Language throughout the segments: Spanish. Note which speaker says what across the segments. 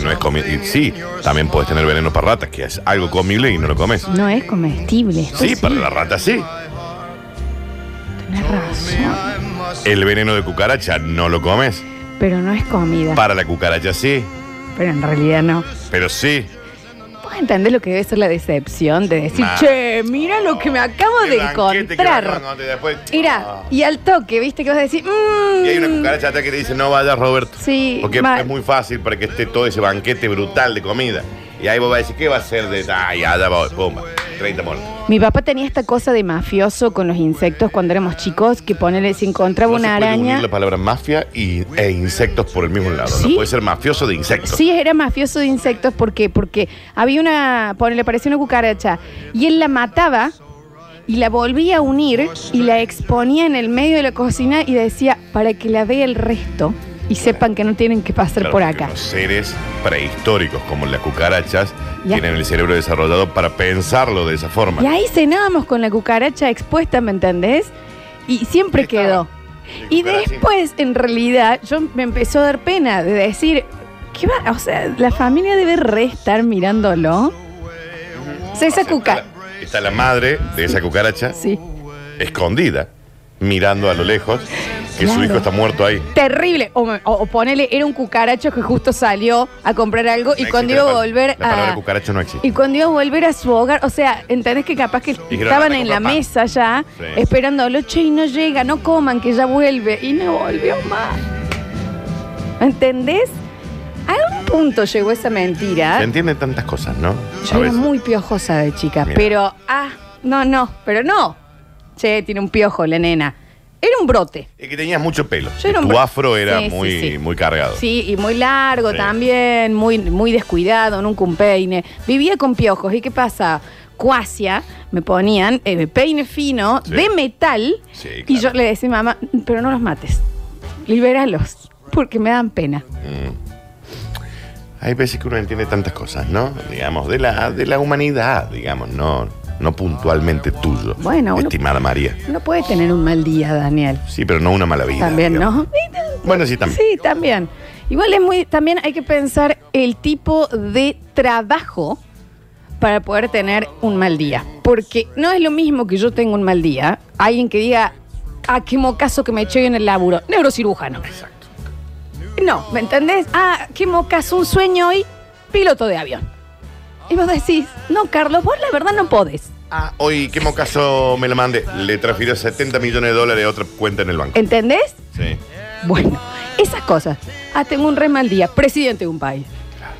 Speaker 1: no es comible. Sí, también puedes tener veneno para ratas, que es algo comible y no lo comes.
Speaker 2: No es comestible. esto
Speaker 1: Sí, para la rata sí.
Speaker 2: Tenés razón.
Speaker 1: El veneno de cucaracha no lo comes.
Speaker 2: Pero no es comida.
Speaker 1: Para la cucaracha sí.
Speaker 2: Pero en realidad no.
Speaker 1: Pero sí.
Speaker 2: ¿Vos entendés lo que debe ser la decepción de decir,
Speaker 1: Mal.
Speaker 2: che, mira lo que me acabo
Speaker 1: El
Speaker 2: de
Speaker 1: banquete que me
Speaker 2: encontrar?
Speaker 1: encontré después.
Speaker 2: Mira,
Speaker 1: Ah.
Speaker 2: y al toque, viste que vas a decir, mmm.
Speaker 1: Y hay una cucaracha atrás que te dice, no vayas, Roberto.
Speaker 2: Sí,
Speaker 1: Porque
Speaker 2: mal.
Speaker 1: es muy fácil para que esté todo ese banquete brutal de comida. Y ahí vos vas a decir, ¿qué va a ser de...? Ay, allá va, bomba. 30 muertos.
Speaker 2: Mi papá tenía esta cosa de mafioso con los insectos cuando éramos chicos, que ponele, si encontraba
Speaker 1: No se
Speaker 2: una
Speaker 1: puede
Speaker 2: araña.
Speaker 1: unir la palabra mafia y, e insectos por el mismo lado.
Speaker 2: Sí.
Speaker 1: No puede ser mafioso de insectos.
Speaker 2: Sí, era mafioso de insectos porque, porque había una, ponele, parecía una cucaracha, y él la mataba y la volvía a unir y la exponía en el medio de la cocina y decía, para que la vea el resto y sepan que no tienen que pasar
Speaker 1: Claro,
Speaker 2: por
Speaker 1: porque
Speaker 2: acá.
Speaker 1: Los seres prehistóricos como las cucarachas
Speaker 2: Ya.
Speaker 1: tienen el cerebro desarrollado para pensarlo de esa forma.
Speaker 2: Y ahí cenábamos con la cucaracha expuesta, ¿me entendés? Y siempre
Speaker 1: Ahí estaba,
Speaker 2: quedó.
Speaker 1: El
Speaker 2: Y
Speaker 1: cucarachín.
Speaker 2: después, en realidad, yo me empezó a dar pena de decir, ¿qué va? O sea, la familia debe re estar mirándolo. O sea, esa cuca.
Speaker 1: Está la madre de esa cucaracha
Speaker 2: Sí.
Speaker 1: escondida, mirando a lo lejos, que su
Speaker 2: Claro.
Speaker 1: hijo está muerto ahí.
Speaker 2: Terrible. O, me- o- o ponele, era un cucaracho que justo salió a comprar algo y
Speaker 1: No
Speaker 2: cuando
Speaker 1: existe
Speaker 2: iba
Speaker 1: la
Speaker 2: a
Speaker 1: pal-
Speaker 2: volver
Speaker 1: La palabra
Speaker 2: a.
Speaker 1: cucaracha no existe.
Speaker 2: Y cuando iba a volver a su hogar, o sea, entendés que capaz que
Speaker 1: Dijeron,
Speaker 2: estaban
Speaker 1: anda a
Speaker 2: en la
Speaker 1: comprar pan.
Speaker 2: mesa ya,
Speaker 1: Sí.
Speaker 2: esperándolo, che, y no llega, no coman, que ya vuelve, y no volvió más. ¿Entendés? A un punto llegó esa
Speaker 1: Se
Speaker 2: mentira.
Speaker 1: entienden tantas cosas, ¿no? A
Speaker 2: Yo era
Speaker 1: veces.
Speaker 2: muy piojosa de chica,
Speaker 1: Mira.
Speaker 2: pero, ah, no, no, pero no. Che, tiene un piojo la nena. Era un brote.
Speaker 1: Es que tenías mucho pelo.
Speaker 2: Yo era
Speaker 1: Y
Speaker 2: un
Speaker 1: tu
Speaker 2: bro-
Speaker 1: afro era
Speaker 2: Sí, sí,
Speaker 1: muy,
Speaker 2: sí.
Speaker 1: muy cargado.
Speaker 2: Sí, y muy largo
Speaker 1: Sí.
Speaker 2: también, muy, muy descuidado, nunca un peine. Vivía con piojos. ¿Y qué pasa? Cuasia, me ponían eh, peine fino,
Speaker 1: Sí.
Speaker 2: de metal,
Speaker 1: Sí,
Speaker 2: y yo
Speaker 1: claro.
Speaker 2: le decía, mamá, pero no los mates, libéralos, porque me dan pena.
Speaker 1: Hay veces que uno entiende tantas cosas, ¿no? Digamos, de la, de la humanidad, digamos, no, no puntualmente tuyo.
Speaker 2: Bueno, uno-
Speaker 1: Estimada María.
Speaker 2: No puedes tener un mal día, Daniel.
Speaker 1: Sí, pero no una mala vida.
Speaker 2: También,
Speaker 1: digamos.
Speaker 2: ¿no?
Speaker 1: Bueno, sí, también.
Speaker 2: Sí, también. Igual es muy, también hay que pensar el tipo de trabajo para poder tener un mal día. Porque no es lo mismo que yo tenga un mal día. Alguien que diga, ah, qué mocaso que me eché hoy en el laburo. Neurocirujano.
Speaker 1: Exacto.
Speaker 2: No, ¿me entendés? Ah, qué mocaso, un sueño hoy, piloto de avión. Y vos decís, no, Carlos, vos la verdad no podés.
Speaker 1: Ah, hoy, ¿qué mocaso me la mande? Le transfirió 70 millones de dólares a otra cuenta en el banco.
Speaker 2: ¿Entendés?
Speaker 1: Sí.
Speaker 2: Bueno, esas cosas. Ah, tengo un re mal día, presidente de un país.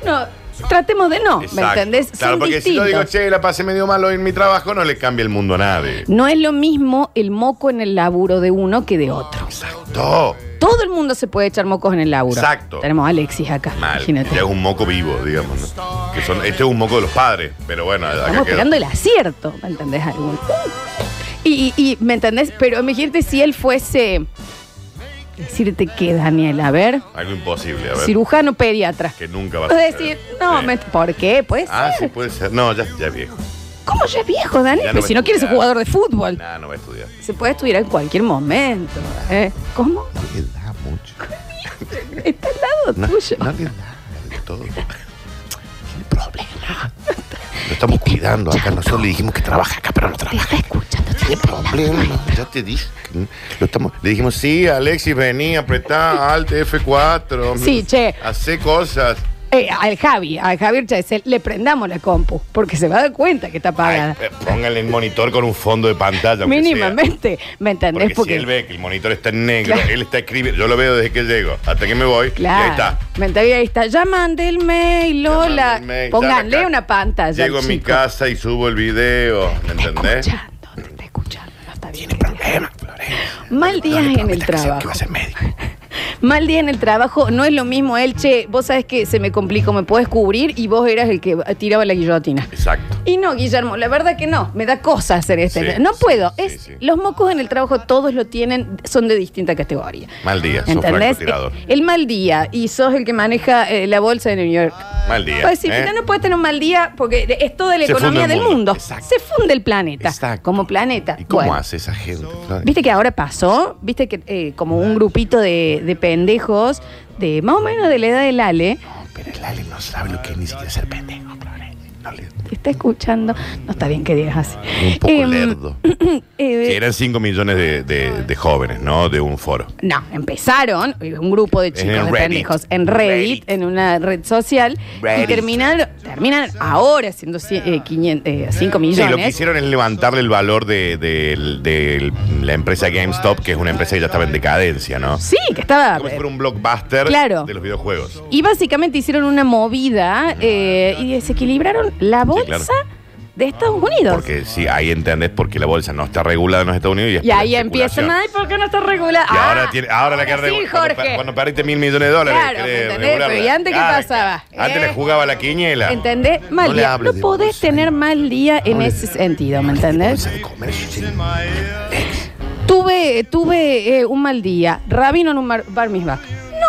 Speaker 2: No, tratemos de no, ¿me
Speaker 1: Exacto.
Speaker 2: entendés?
Speaker 1: Claro,
Speaker 2: Son
Speaker 1: porque si yo
Speaker 2: distintos.
Speaker 1: digo, che, la pasé medio mal hoy en mi trabajo, no le cambia el mundo a nadie.
Speaker 2: No es lo mismo el moco en el laburo de uno que de otro.
Speaker 1: Exacto.
Speaker 2: Todo el mundo se puede echar mocos en el laburo.
Speaker 1: Exacto.
Speaker 2: Tenemos a Alexis acá,
Speaker 1: Mal.
Speaker 2: imagínate.
Speaker 1: Ya es un moco vivo, digamos. ¿no? Que son, este es un moco de los padres, pero bueno, acá
Speaker 2: Estamos
Speaker 1: quedó.
Speaker 2: pegando el acierto, ¿me entendés? Algún- Y, y- y, ¿me entendés? Pero imagínate si él fuese... Decirte que, Daniel, a ver,
Speaker 1: Algo imposible, a ver.
Speaker 2: cirujano pediatra.
Speaker 1: que nunca va a
Speaker 2: Vas a
Speaker 1: suceder.
Speaker 2: decir, no,
Speaker 1: Sí.
Speaker 2: me- ¿por qué? Puede
Speaker 1: Ah,
Speaker 2: ser.
Speaker 1: sí, puede ser. No, ya, ya es viejo.
Speaker 2: ¿Cómo ya es viejo, Dani?
Speaker 1: Ya no
Speaker 2: Pero
Speaker 1: va
Speaker 2: si
Speaker 1: a
Speaker 2: no quieres ser
Speaker 1: estudiar.
Speaker 2: jugador de fútbol,
Speaker 1: Nah, no va a estudiar.
Speaker 2: se puede estudiar en cualquier momento. ¿eh? ¿Cómo?
Speaker 1: No le da mucho.
Speaker 2: Está al lado
Speaker 1: No,
Speaker 2: tuyo.
Speaker 1: no le da de todo. ¿Qué problema? Lo estamos cuidando acá. Nosotros le dijimos que trabaja acá, pero no
Speaker 2: Te
Speaker 1: trabaja.
Speaker 2: está escuchando.
Speaker 1: ¿Qué problema? Ya te dije. que no- Lo estamos... Le dijimos, sí, Alexis, vení, apretá, alt F4.
Speaker 2: Sí, che.
Speaker 1: Hacé cosas.
Speaker 2: Eh, al Javi, al Javier Chesel, le prendamos la compu, porque se va a dar cuenta que está apagada.
Speaker 1: Ay, eh, póngale el monitor con un fondo de pantalla. aunque sea.
Speaker 2: Ah. Mínimamente, ¿me entendés?
Speaker 1: Porque, si él ve que el monitor está en negro,
Speaker 2: Claro.
Speaker 1: él está escribiendo, yo lo veo desde que llego, hasta que me voy, y ahí
Speaker 2: Claro.
Speaker 1: está.
Speaker 2: ¿Me entendés? Ahí está. Ya mandé el mail, Lola.
Speaker 1: Llámame, llame
Speaker 2: Pónganle
Speaker 1: acá.
Speaker 2: una pantalla.
Speaker 1: Llego a
Speaker 2: al
Speaker 1: mi
Speaker 2: chico.
Speaker 1: casa y subo el video, ¿me
Speaker 2: Te está
Speaker 1: entendés?
Speaker 2: escuchando, te está escuchando. No está bien.
Speaker 1: Problema, Florencia.
Speaker 2: Mal día
Speaker 1: No le
Speaker 2: en el
Speaker 1: prometas que sea- que
Speaker 2: trabajo.
Speaker 1: va a ser médico.
Speaker 2: Mal día en el trabajo, no es lo mismo el che, vos sabes que se me complicó, me puedes cubrir y vos eras el que tiraba la guillotina.
Speaker 1: Exacto.
Speaker 2: Y no, Guillermo, la verdad que no, me da cosa hacer este.
Speaker 1: Sí,
Speaker 2: no
Speaker 1: sí,
Speaker 2: puedo.
Speaker 1: sí,
Speaker 2: es,
Speaker 1: sí.
Speaker 2: Los mocos en el trabajo todos lo tienen, son de distinta categoría.
Speaker 1: Mal día, sos
Speaker 2: ¿Entendés?
Speaker 1: francotirador.
Speaker 2: El mal día y sos el que maneja eh, la bolsa de New York.
Speaker 1: Mal día.
Speaker 2: Pues sí,
Speaker 1: ¿eh?
Speaker 2: mira, no puedes tener un mal día porque es toda la
Speaker 1: Se
Speaker 2: economía
Speaker 1: funde el
Speaker 2: del
Speaker 1: mundo.
Speaker 2: mundo.
Speaker 1: Exacto.
Speaker 2: Se funde el planeta.
Speaker 1: Exacto.
Speaker 2: Como planeta.
Speaker 1: ¿Y cómo
Speaker 2: Bueno.
Speaker 1: hace esa gente, Florencia?
Speaker 2: Viste que ahora pasó, viste que eh, como un grupito de, de pendejos, de más o menos de la edad del Ale,
Speaker 1: Pero el Ale no sabe lo que es ni siquiera ser pendejo, Flores. No le-
Speaker 2: Te está escuchando. No está bien que digas así.
Speaker 1: Un poco
Speaker 2: Em,
Speaker 1: lerdo.
Speaker 2: eh,
Speaker 1: Sí, eran 5 millones de, de- de jóvenes, ¿no? De un foro.
Speaker 2: No, empezaron eh, un grupo de chicos
Speaker 1: En
Speaker 2: de
Speaker 1: Reddit.
Speaker 2: pendejos en Reddit,
Speaker 1: Reddit.
Speaker 2: en una red social, y
Speaker 1: Reddit.
Speaker 2: terminaron, terminan ahora siendo eh, 5
Speaker 1: Sí, lo que
Speaker 2: millones.
Speaker 1: hicieron es levantarle el valor de, de- de la empresa GameStop, que es una empresa que ya estaba en decadencia, ¿no?
Speaker 2: Sí, que estaba.
Speaker 1: Como si fuera un blockbuster
Speaker 2: Claro.
Speaker 1: de los videojuegos.
Speaker 2: Y básicamente hicieron una movida eh, y desequilibraron la bolsa
Speaker 1: claro.
Speaker 2: de Estados Unidos.
Speaker 1: Porque sí, ahí entendés porque la bolsa no está regulada en los Estados Unidos y es
Speaker 2: y ahí
Speaker 1: pura
Speaker 2: empiezan,
Speaker 1: especulación.
Speaker 2: ay, ¿por qué no está regulada?
Speaker 1: Y
Speaker 2: Ah,
Speaker 1: ahora, tiene, ahora la que
Speaker 2: sí,
Speaker 1: regu- cuando,
Speaker 2: Jorge.
Speaker 1: per- cuando perdiste mil millones de dólares.
Speaker 2: Claro,
Speaker 1: querés
Speaker 2: ¿me entendés?
Speaker 1: regularla.
Speaker 2: Pero ¿y antes qué
Speaker 1: Ah,
Speaker 2: pasaba?
Speaker 1: Antes
Speaker 2: ¿Eh?
Speaker 1: le jugaba la quiniela.
Speaker 2: ¿Entendés?
Speaker 1: No
Speaker 2: Mal
Speaker 1: le
Speaker 2: día.
Speaker 1: hables
Speaker 2: No
Speaker 1: de
Speaker 2: podés
Speaker 1: bolsa.
Speaker 2: tener mal día en
Speaker 1: le-
Speaker 2: ese sentido, ¿me entendés?
Speaker 1: Bolsa de eh. comercio, sí.
Speaker 2: Tuve, tuve eh, un mal día. Rabino en un mar- bar mitzvah.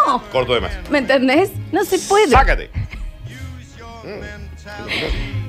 Speaker 2: No,
Speaker 1: Corto de más.
Speaker 2: ¿me entendés? No se puede.
Speaker 1: Sácate.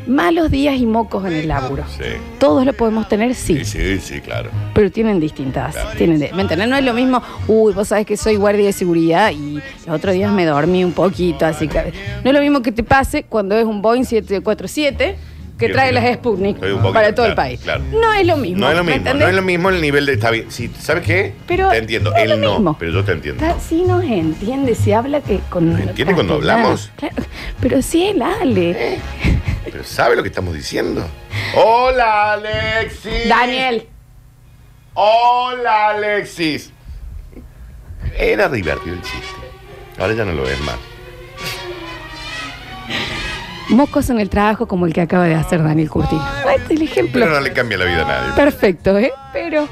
Speaker 2: Malos días y mocos en el laburo.
Speaker 1: Sí.
Speaker 2: Todos lo podemos tener, sí.
Speaker 1: Sí, sí, sí, claro.
Speaker 2: Pero tienen distintas. Tienen de- ¿Me entendés? No es lo mismo, uy, vos sabés que soy guardia de seguridad y los otros días me dormí un poquito, así que. No es lo mismo que te pase cuando es un Boeing 747 que
Speaker 1: Sí,
Speaker 2: trae
Speaker 1: sí.
Speaker 2: las Sputnik
Speaker 1: Soy un poquito,
Speaker 2: para todo el
Speaker 1: claro,
Speaker 2: país.
Speaker 1: claro.
Speaker 2: No es lo mismo.
Speaker 1: No es lo
Speaker 2: ¿me
Speaker 1: mismo,
Speaker 2: entendés?
Speaker 1: no es lo mismo el nivel de. Está bien, sí, ¿Sabes qué?
Speaker 2: Pero
Speaker 1: te entiendo.
Speaker 2: no es
Speaker 1: Él
Speaker 2: lo mismo.
Speaker 1: no, pero yo te entiendo.
Speaker 2: Está- sí nos entiende, si habla que con...
Speaker 1: ¿Nos entiende cuando hablamos? Eh.
Speaker 2: Claro, pero sí el Ale.
Speaker 1: Pero ¿sabe lo que estamos diciendo? Hola, Alexis.
Speaker 2: Daniel.
Speaker 1: Hola, Alexis. Era divertido el chiste. Ahora ya no lo es más.
Speaker 2: Mocos en el trabajo como el que acaba de hacer Daniel Curtino. Ahí está el ejemplo.
Speaker 1: Pero no le cambia la vida a nadie.
Speaker 2: Perfecto, ¿eh? Pero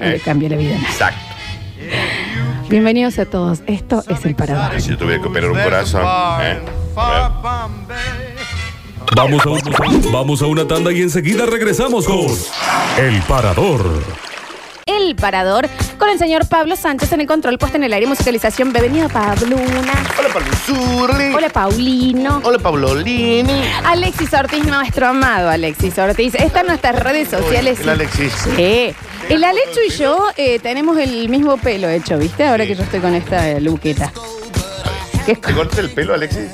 Speaker 2: no le
Speaker 1: Eh.
Speaker 2: cambia la vida a nadie.
Speaker 1: Exacto.
Speaker 2: Bienvenidos a todos. Esto es El Parador.
Speaker 1: Si yo tuviera que operar un corazón, ¿eh? Bueno.
Speaker 3: Vamos a, un- vamos a una tanda y enseguida regresamos con El Parador.
Speaker 2: El Parador con el señor Pablo Sánchez en el control puesto en el aire y musicalización. Bienvenido, Pabluna.
Speaker 1: Hola, Pablo Zurli.
Speaker 2: Hola, Paulino.
Speaker 1: Hola, Pablo Lini.
Speaker 2: Alexis Ortiz, nuestro amado Alexis Ortiz. Están nuestras redes sociales.
Speaker 1: El Alexis.
Speaker 2: Sí. El Alechu y yo eh, tenemos el mismo pelo hecho, ¿viste? Ahora que yo estoy con esta eh, luqueta. Que es
Speaker 1: ¿Te
Speaker 2: co-
Speaker 1: cortaste el pelo, Alexis?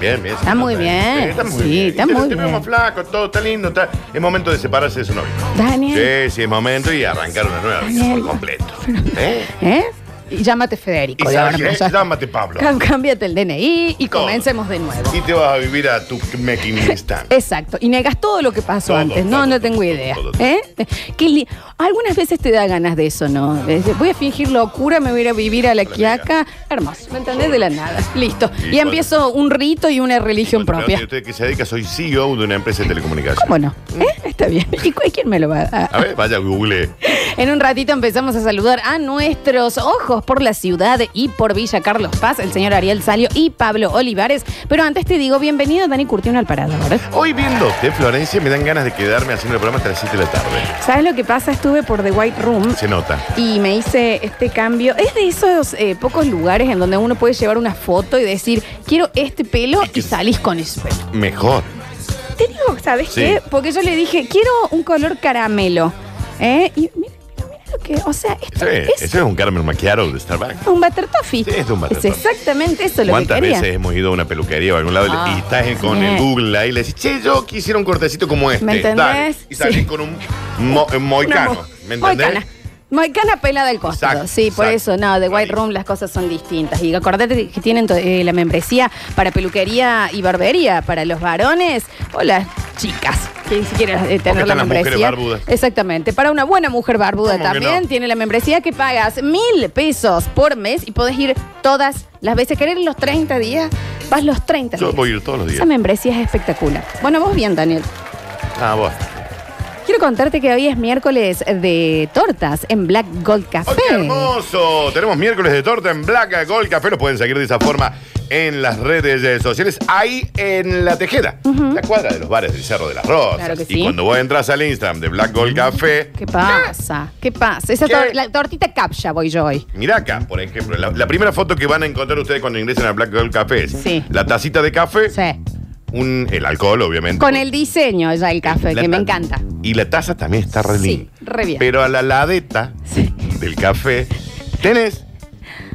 Speaker 1: Bien, bien.
Speaker 2: Está muy bien.
Speaker 1: Sí, Está muy
Speaker 2: Sí,
Speaker 1: bien.
Speaker 2: está
Speaker 1: Te-
Speaker 2: muy
Speaker 1: te vemos
Speaker 2: bien.
Speaker 1: flaco, todo está lindo. Está... Es momento de separarse de su novio.
Speaker 2: Daniel.
Speaker 1: Sí, sí, es momento y arrancar una nueva vida
Speaker 2: Daniel.
Speaker 1: por completo. ¿Eh?
Speaker 2: ¿Eh? Y llámate Federico.
Speaker 1: Y
Speaker 2: de ahora
Speaker 1: sabes
Speaker 2: en
Speaker 1: qué?
Speaker 2: más.
Speaker 1: Llámate Pablo.
Speaker 2: Cam- Cámbiate el DNI y
Speaker 1: Todo.
Speaker 2: comencemos de nuevo.
Speaker 1: Y te vas a vivir a tu Mequinistan.
Speaker 2: Exacto, y negas todo lo que pasó
Speaker 1: Todo,
Speaker 2: antes. No,
Speaker 1: todo,
Speaker 2: no
Speaker 1: todo,
Speaker 2: tengo
Speaker 1: todo,
Speaker 2: idea.
Speaker 1: todo.
Speaker 2: ¿Eh? Qué li- Algunas veces te da ganas de eso, ¿no? Es- Voy a fingir locura, me voy a ir a vivir a la quiaca. Hermoso, ¿me entendés? De la nada. Listo.
Speaker 1: Y
Speaker 2: Y
Speaker 1: cuando-
Speaker 2: empiezo un rito y una religión propia.
Speaker 1: Usted que se dedica, soy CEO de una empresa de telecomunicaciones.
Speaker 2: ¿Cómo no?
Speaker 1: Mm.
Speaker 2: ¿Eh? Está bien. ¿Y cu- quién me lo va a,
Speaker 1: A ver, vaya, google.
Speaker 2: En un ratito empezamos a saludar a nuestros ojos por la ciudad y por Villa Carlos Paz, el señor Ariel Salio y Pablo Olivares. Pero antes te digo, bienvenido Dani Curtino al Parador.
Speaker 1: Hoy viéndote, Florencia, me dan ganas de quedarme haciendo el programa hasta las 7 de la tarde.
Speaker 2: ¿Sabes lo que pasa? Estuve por The White Room
Speaker 1: Se nota.
Speaker 2: y me hice este cambio. Es de esos eh, pocos lugares en donde uno puede llevar una foto y decir, quiero este pelo y salís con ese pelo.
Speaker 1: Mejor.
Speaker 2: Te digo, ¿sabes
Speaker 1: Sí.
Speaker 2: qué? Porque yo le dije, quiero un color caramelo. ¿Eh? Y mira, mira, mira lo que. O sea, esto
Speaker 1: Ese,
Speaker 2: es
Speaker 1: ese es un Carmen Macchiaro de Starbucks.
Speaker 2: un butter toffee.
Speaker 1: Sí, es un butter toffee.
Speaker 2: exactamente eso lo que
Speaker 1: ¿Cuántas
Speaker 2: quería.
Speaker 1: veces hemos ido a una peluquería o a algún lado
Speaker 2: Ah,
Speaker 1: y estás en- con
Speaker 2: sí.
Speaker 1: el Google ahí y le decís, che, yo quisiera un cortecito como este.
Speaker 2: ¿Me entendés?
Speaker 1: Dale. Y salís
Speaker 2: Sí.
Speaker 1: con un, mo- un
Speaker 2: Una
Speaker 1: moicano.
Speaker 2: mo-
Speaker 1: ¿Me entendés?
Speaker 2: Moicana. Moicana pelada al costado.
Speaker 1: Exacto,
Speaker 2: sí, por
Speaker 1: exacto.
Speaker 2: eso, no, de White Room las cosas son distintas. Y acordate que tienen to- eh, la membresía para peluquería y barbería para los varones o las chicas. Quien si quiere eh, tener
Speaker 1: están
Speaker 2: la
Speaker 1: las mujeres
Speaker 2: membresía.
Speaker 1: barbudas.
Speaker 2: Exactamente. Para una buena mujer barbuda
Speaker 1: ¿Cómo que
Speaker 2: también
Speaker 1: no?
Speaker 2: tiene la membresía que pagas mil pesos por mes y podés ir todas las veces. ¿Querés los 30 días? Vas los 30
Speaker 1: Yo
Speaker 2: días.
Speaker 1: voy a ir todos los días.
Speaker 2: Esa membresía es espectacular. Bueno, vos bien, Daniel.
Speaker 1: Ah, vos.
Speaker 2: Quiero contarte que hoy es miércoles de tortas en Black Gold Café.
Speaker 1: ¡Ay, qué hermoso! Tenemos miércoles de torta en Black Gold Café. Lo pueden seguir de esa forma en las redes eh, sociales. Ahí en La Tejeda, la cuadra de los bares del Cerro de las Rosas.
Speaker 2: Claro que
Speaker 1: Y
Speaker 2: sí.
Speaker 1: cuando vos entras al Instagram de Black Gold Café,
Speaker 2: ¿Qué pasa? ¿Qué pasa? Esa
Speaker 1: ¿Qué?
Speaker 2: tor- la tortita captcha voy yo hoy.
Speaker 1: Mirá acá, por ejemplo, la, la primera foto que van a encontrar ustedes cuando ingresen al Black Gold Café es
Speaker 2: Sí.
Speaker 1: la tacita de café,
Speaker 2: Sí.
Speaker 1: un, el alcohol, obviamente.
Speaker 2: Con el diseño ya el café,
Speaker 1: La
Speaker 2: que me
Speaker 1: ta-
Speaker 2: encanta.
Speaker 1: Y la taza también está re
Speaker 2: Sí,
Speaker 1: linda.
Speaker 2: re bien.
Speaker 1: Pero a la ladeta
Speaker 2: Sí.
Speaker 1: del café tenés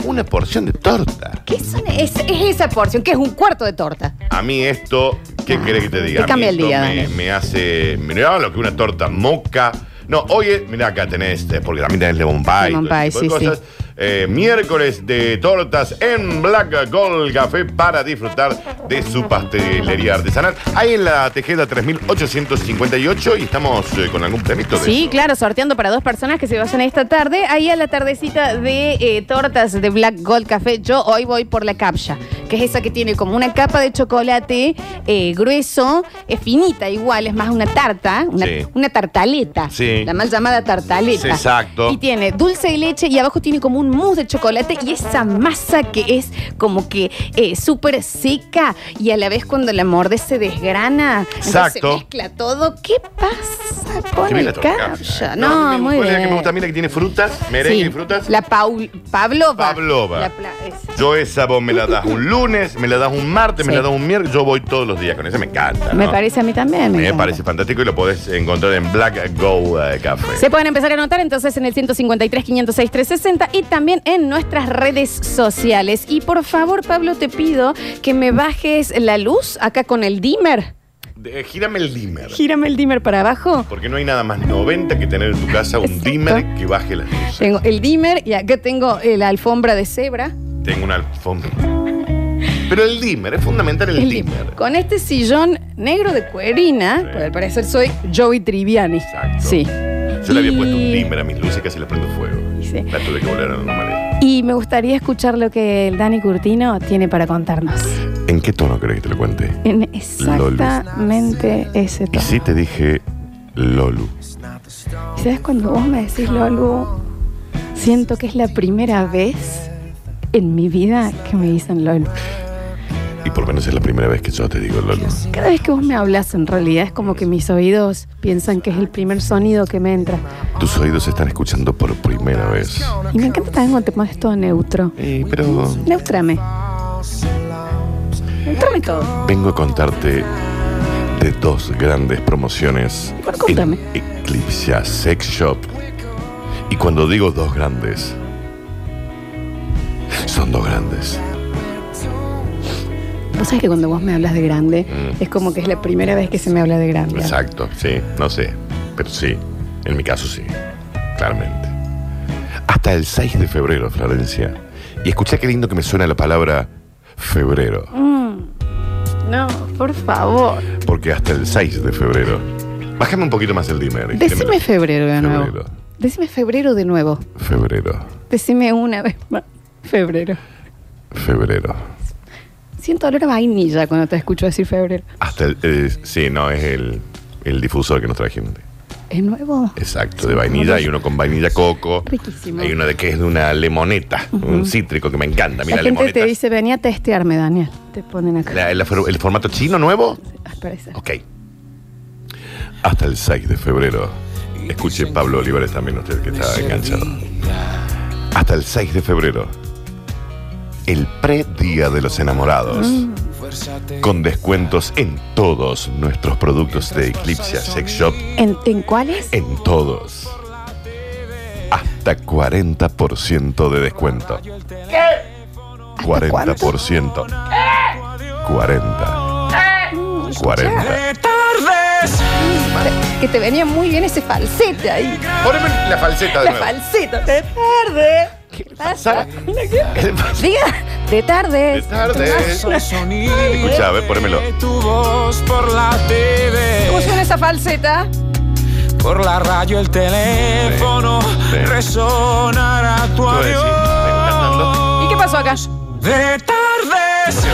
Speaker 1: una porción de torta.
Speaker 2: ¿Qué es, una- es- es esa porción? que es un cuarto de torta?
Speaker 1: A mí esto, ¿qué querés que te
Speaker 2: te
Speaker 1: diga? A mí
Speaker 2: cambia el
Speaker 1: esto
Speaker 2: día,
Speaker 1: Me,
Speaker 2: Dani.
Speaker 1: me hace. Mirá lo que una torta moca. No, hoy es, mirá acá tenés, eh, porque también tenés lemon pie.
Speaker 2: Lemon
Speaker 1: todo ese
Speaker 2: pie,
Speaker 1: tipo de
Speaker 2: sí,
Speaker 1: cosas. Eh, miércoles de tortas en Black Gold Café para disfrutar de su pastelería artesanal. Ahí en la Tejeda 3858 y estamos eh, con algún premito de
Speaker 2: Sí,
Speaker 1: eso.
Speaker 2: claro, sorteando para dos personas que se vayan esta tarde. Ahí a la tardecita de eh, tortas de Black Gold Café. Yo hoy voy por la capcha, que es esa que tiene como una capa de chocolate eh, grueso, es finita igual, es más una tarta, una,
Speaker 1: Sí.
Speaker 2: una tartaleta.
Speaker 1: Sí.
Speaker 2: La mal llamada tartaleta.
Speaker 1: Sí, exacto.
Speaker 2: Y tiene dulce de leche y abajo tiene como un mousse de chocolate y esa masa que es como que eh, súper seca y a la vez cuando la mordes se desgrana. Entonces
Speaker 1: Exacto.
Speaker 2: Se mezcla todo. ¿Qué pasa con
Speaker 1: Qué bien la
Speaker 2: el
Speaker 1: torta.
Speaker 2: captcha?
Speaker 1: No, a
Speaker 2: No,
Speaker 1: mí me-
Speaker 2: muy
Speaker 1: ¿cuál es la
Speaker 2: bien.
Speaker 1: que me gusta a mí? La que tiene frutas, merengue
Speaker 2: Sí,
Speaker 1: y frutas.
Speaker 2: La Paul, Pavlova.
Speaker 1: Pavlova.
Speaker 2: La pla- esa.
Speaker 1: Yo esa vos me la das un lunes, me la das un martes, me
Speaker 2: Sí.
Speaker 1: la das un miércoles. Yo voy todos los días con esa, me encanta.
Speaker 2: Me
Speaker 1: ¿no?
Speaker 2: parece a mí también.
Speaker 1: Ah. Me
Speaker 2: encanta.
Speaker 1: parece fantástico y lo podés encontrar en Black Go eh, Café.
Speaker 2: Se pueden empezar a anotar entonces en el 153 506 360 y también en nuestras redes sociales. Y por favor, Pablo, te pido que me bajes la luz acá con el dimmer.
Speaker 1: De- eh, gírame el dimmer.
Speaker 2: Gírame el dimmer para abajo.
Speaker 1: Porque no hay nada más 90 que tener en tu casa un
Speaker 2: Exacto.
Speaker 1: dimmer que baje las luces.
Speaker 2: Tengo el dimmer y acá tengo eh, la alfombra de cebra.
Speaker 1: Tengo una alfombra. Pero el dimmer, es fundamental el,
Speaker 2: El
Speaker 1: dimmer.
Speaker 2: dimmer. Con este sillón negro de cuerina,
Speaker 1: Sí.
Speaker 2: pues al parecer soy Joey Triviani.
Speaker 1: Exacto.
Speaker 2: Sí.
Speaker 1: Yo le había
Speaker 2: Y-
Speaker 1: puesto un dimmer a mis luces que se le prendo fuego.
Speaker 2: Sí.
Speaker 1: La tuve que volver a la normalidad.
Speaker 2: Y me gustaría escuchar lo que el Dani Curtino tiene para contarnos.
Speaker 1: ¿En qué tono querés que te lo cuente?
Speaker 2: En exactamente ese
Speaker 1: Y
Speaker 2: tono.
Speaker 1: sí te dije Lolu.
Speaker 2: ¿Y ¿Sabes cuando vos me decís Lolo? Siento que es la primera vez en mi vida que me dicen Lolo.
Speaker 1: Y por menos es la primera vez que yo te digo Lolu.
Speaker 2: Cada vez que vos me hablas, en realidad es como que mis oídos piensan que es el primer sonido que me entra.
Speaker 1: Tus oídos están escuchando por primera vez.
Speaker 2: Y me encanta también cuando te pones todo neutro.
Speaker 1: Eh, pero
Speaker 2: Neutrame. Neutrame todo.
Speaker 1: vengo a contarte de dos grandes promociones
Speaker 2: Bueno, contame.
Speaker 1: en Eclipse Sex Shop. Y cuando digo dos grandes, son dos grandes.
Speaker 2: Vos sabés que cuando vos me hablas de grande,
Speaker 1: Mm.
Speaker 2: es como que es la primera vez que se me habla de grande.
Speaker 1: Exacto, sí, no sé, pero sí, en mi caso sí, claramente. Hasta el 6 de febrero, Florencia. Y escuché qué lindo que me suena la palabra febrero.
Speaker 2: No, por favor.
Speaker 1: Porque hasta el 6 de febrero. Bájame un poquito más el dimmer. y
Speaker 2: Decime
Speaker 1: que
Speaker 2: febrero de nuevo.
Speaker 1: Febrero.
Speaker 2: Decime febrero de nuevo.
Speaker 1: me- Febrero.
Speaker 2: Decime una vez más. Febrero.
Speaker 1: Febrero.
Speaker 2: Siento olor a vainilla cuando te escucho decir febrero.
Speaker 1: Hasta el. eh, sí, no, es el, el difusor que nos trajimos.
Speaker 2: ¿Es nuevo?
Speaker 1: Exacto, de vainilla. Hay uno con vainilla coco.
Speaker 2: Riquísimo.
Speaker 1: Hay uno de que es de una lemoneta, un cítrico que me encanta. Mira,
Speaker 2: La gente te
Speaker 1: lemonetas.
Speaker 2: dice, vení a testearme, Daniel. Te ponen acá. Ah,
Speaker 1: La- la for- ¿El formato chino nuevo?
Speaker 2: Al parecer.
Speaker 1: Ok. Hasta el 6 de febrero. Escuche Pablo Olivares también, usted que está enganchado. Hasta el 6 de febrero. El pre-día de los enamorados. Con descuentos en todos nuestros productos de Eclipse Sex Shop.
Speaker 2: ¿En, en cuáles?
Speaker 1: En todos. Hasta 40% de descuento.
Speaker 2: ¿Hasta
Speaker 1: 40%. 40. 40.
Speaker 2: Mm, Que te venía muy bien ese falsete ahí.
Speaker 1: Poneme la falseta de
Speaker 2: La
Speaker 1: nuevo.
Speaker 2: falseta. De tarde.
Speaker 1: ¿Qué le
Speaker 2: pasa?
Speaker 1: pasa? El falsete
Speaker 2: Diga, de tarde.
Speaker 1: de tarde. Escucha, a ver, ponémelo.
Speaker 4: Tu voz por la TV.
Speaker 2: ¿Cómo suena esa falseta?
Speaker 4: Por la radio, el teléfono.
Speaker 1: Sí, sí.
Speaker 4: Resonará tu
Speaker 1: Te voy a decir, vengo cantando.
Speaker 4: adiós.
Speaker 2: ¿Y qué pasó acá?
Speaker 4: De tardes.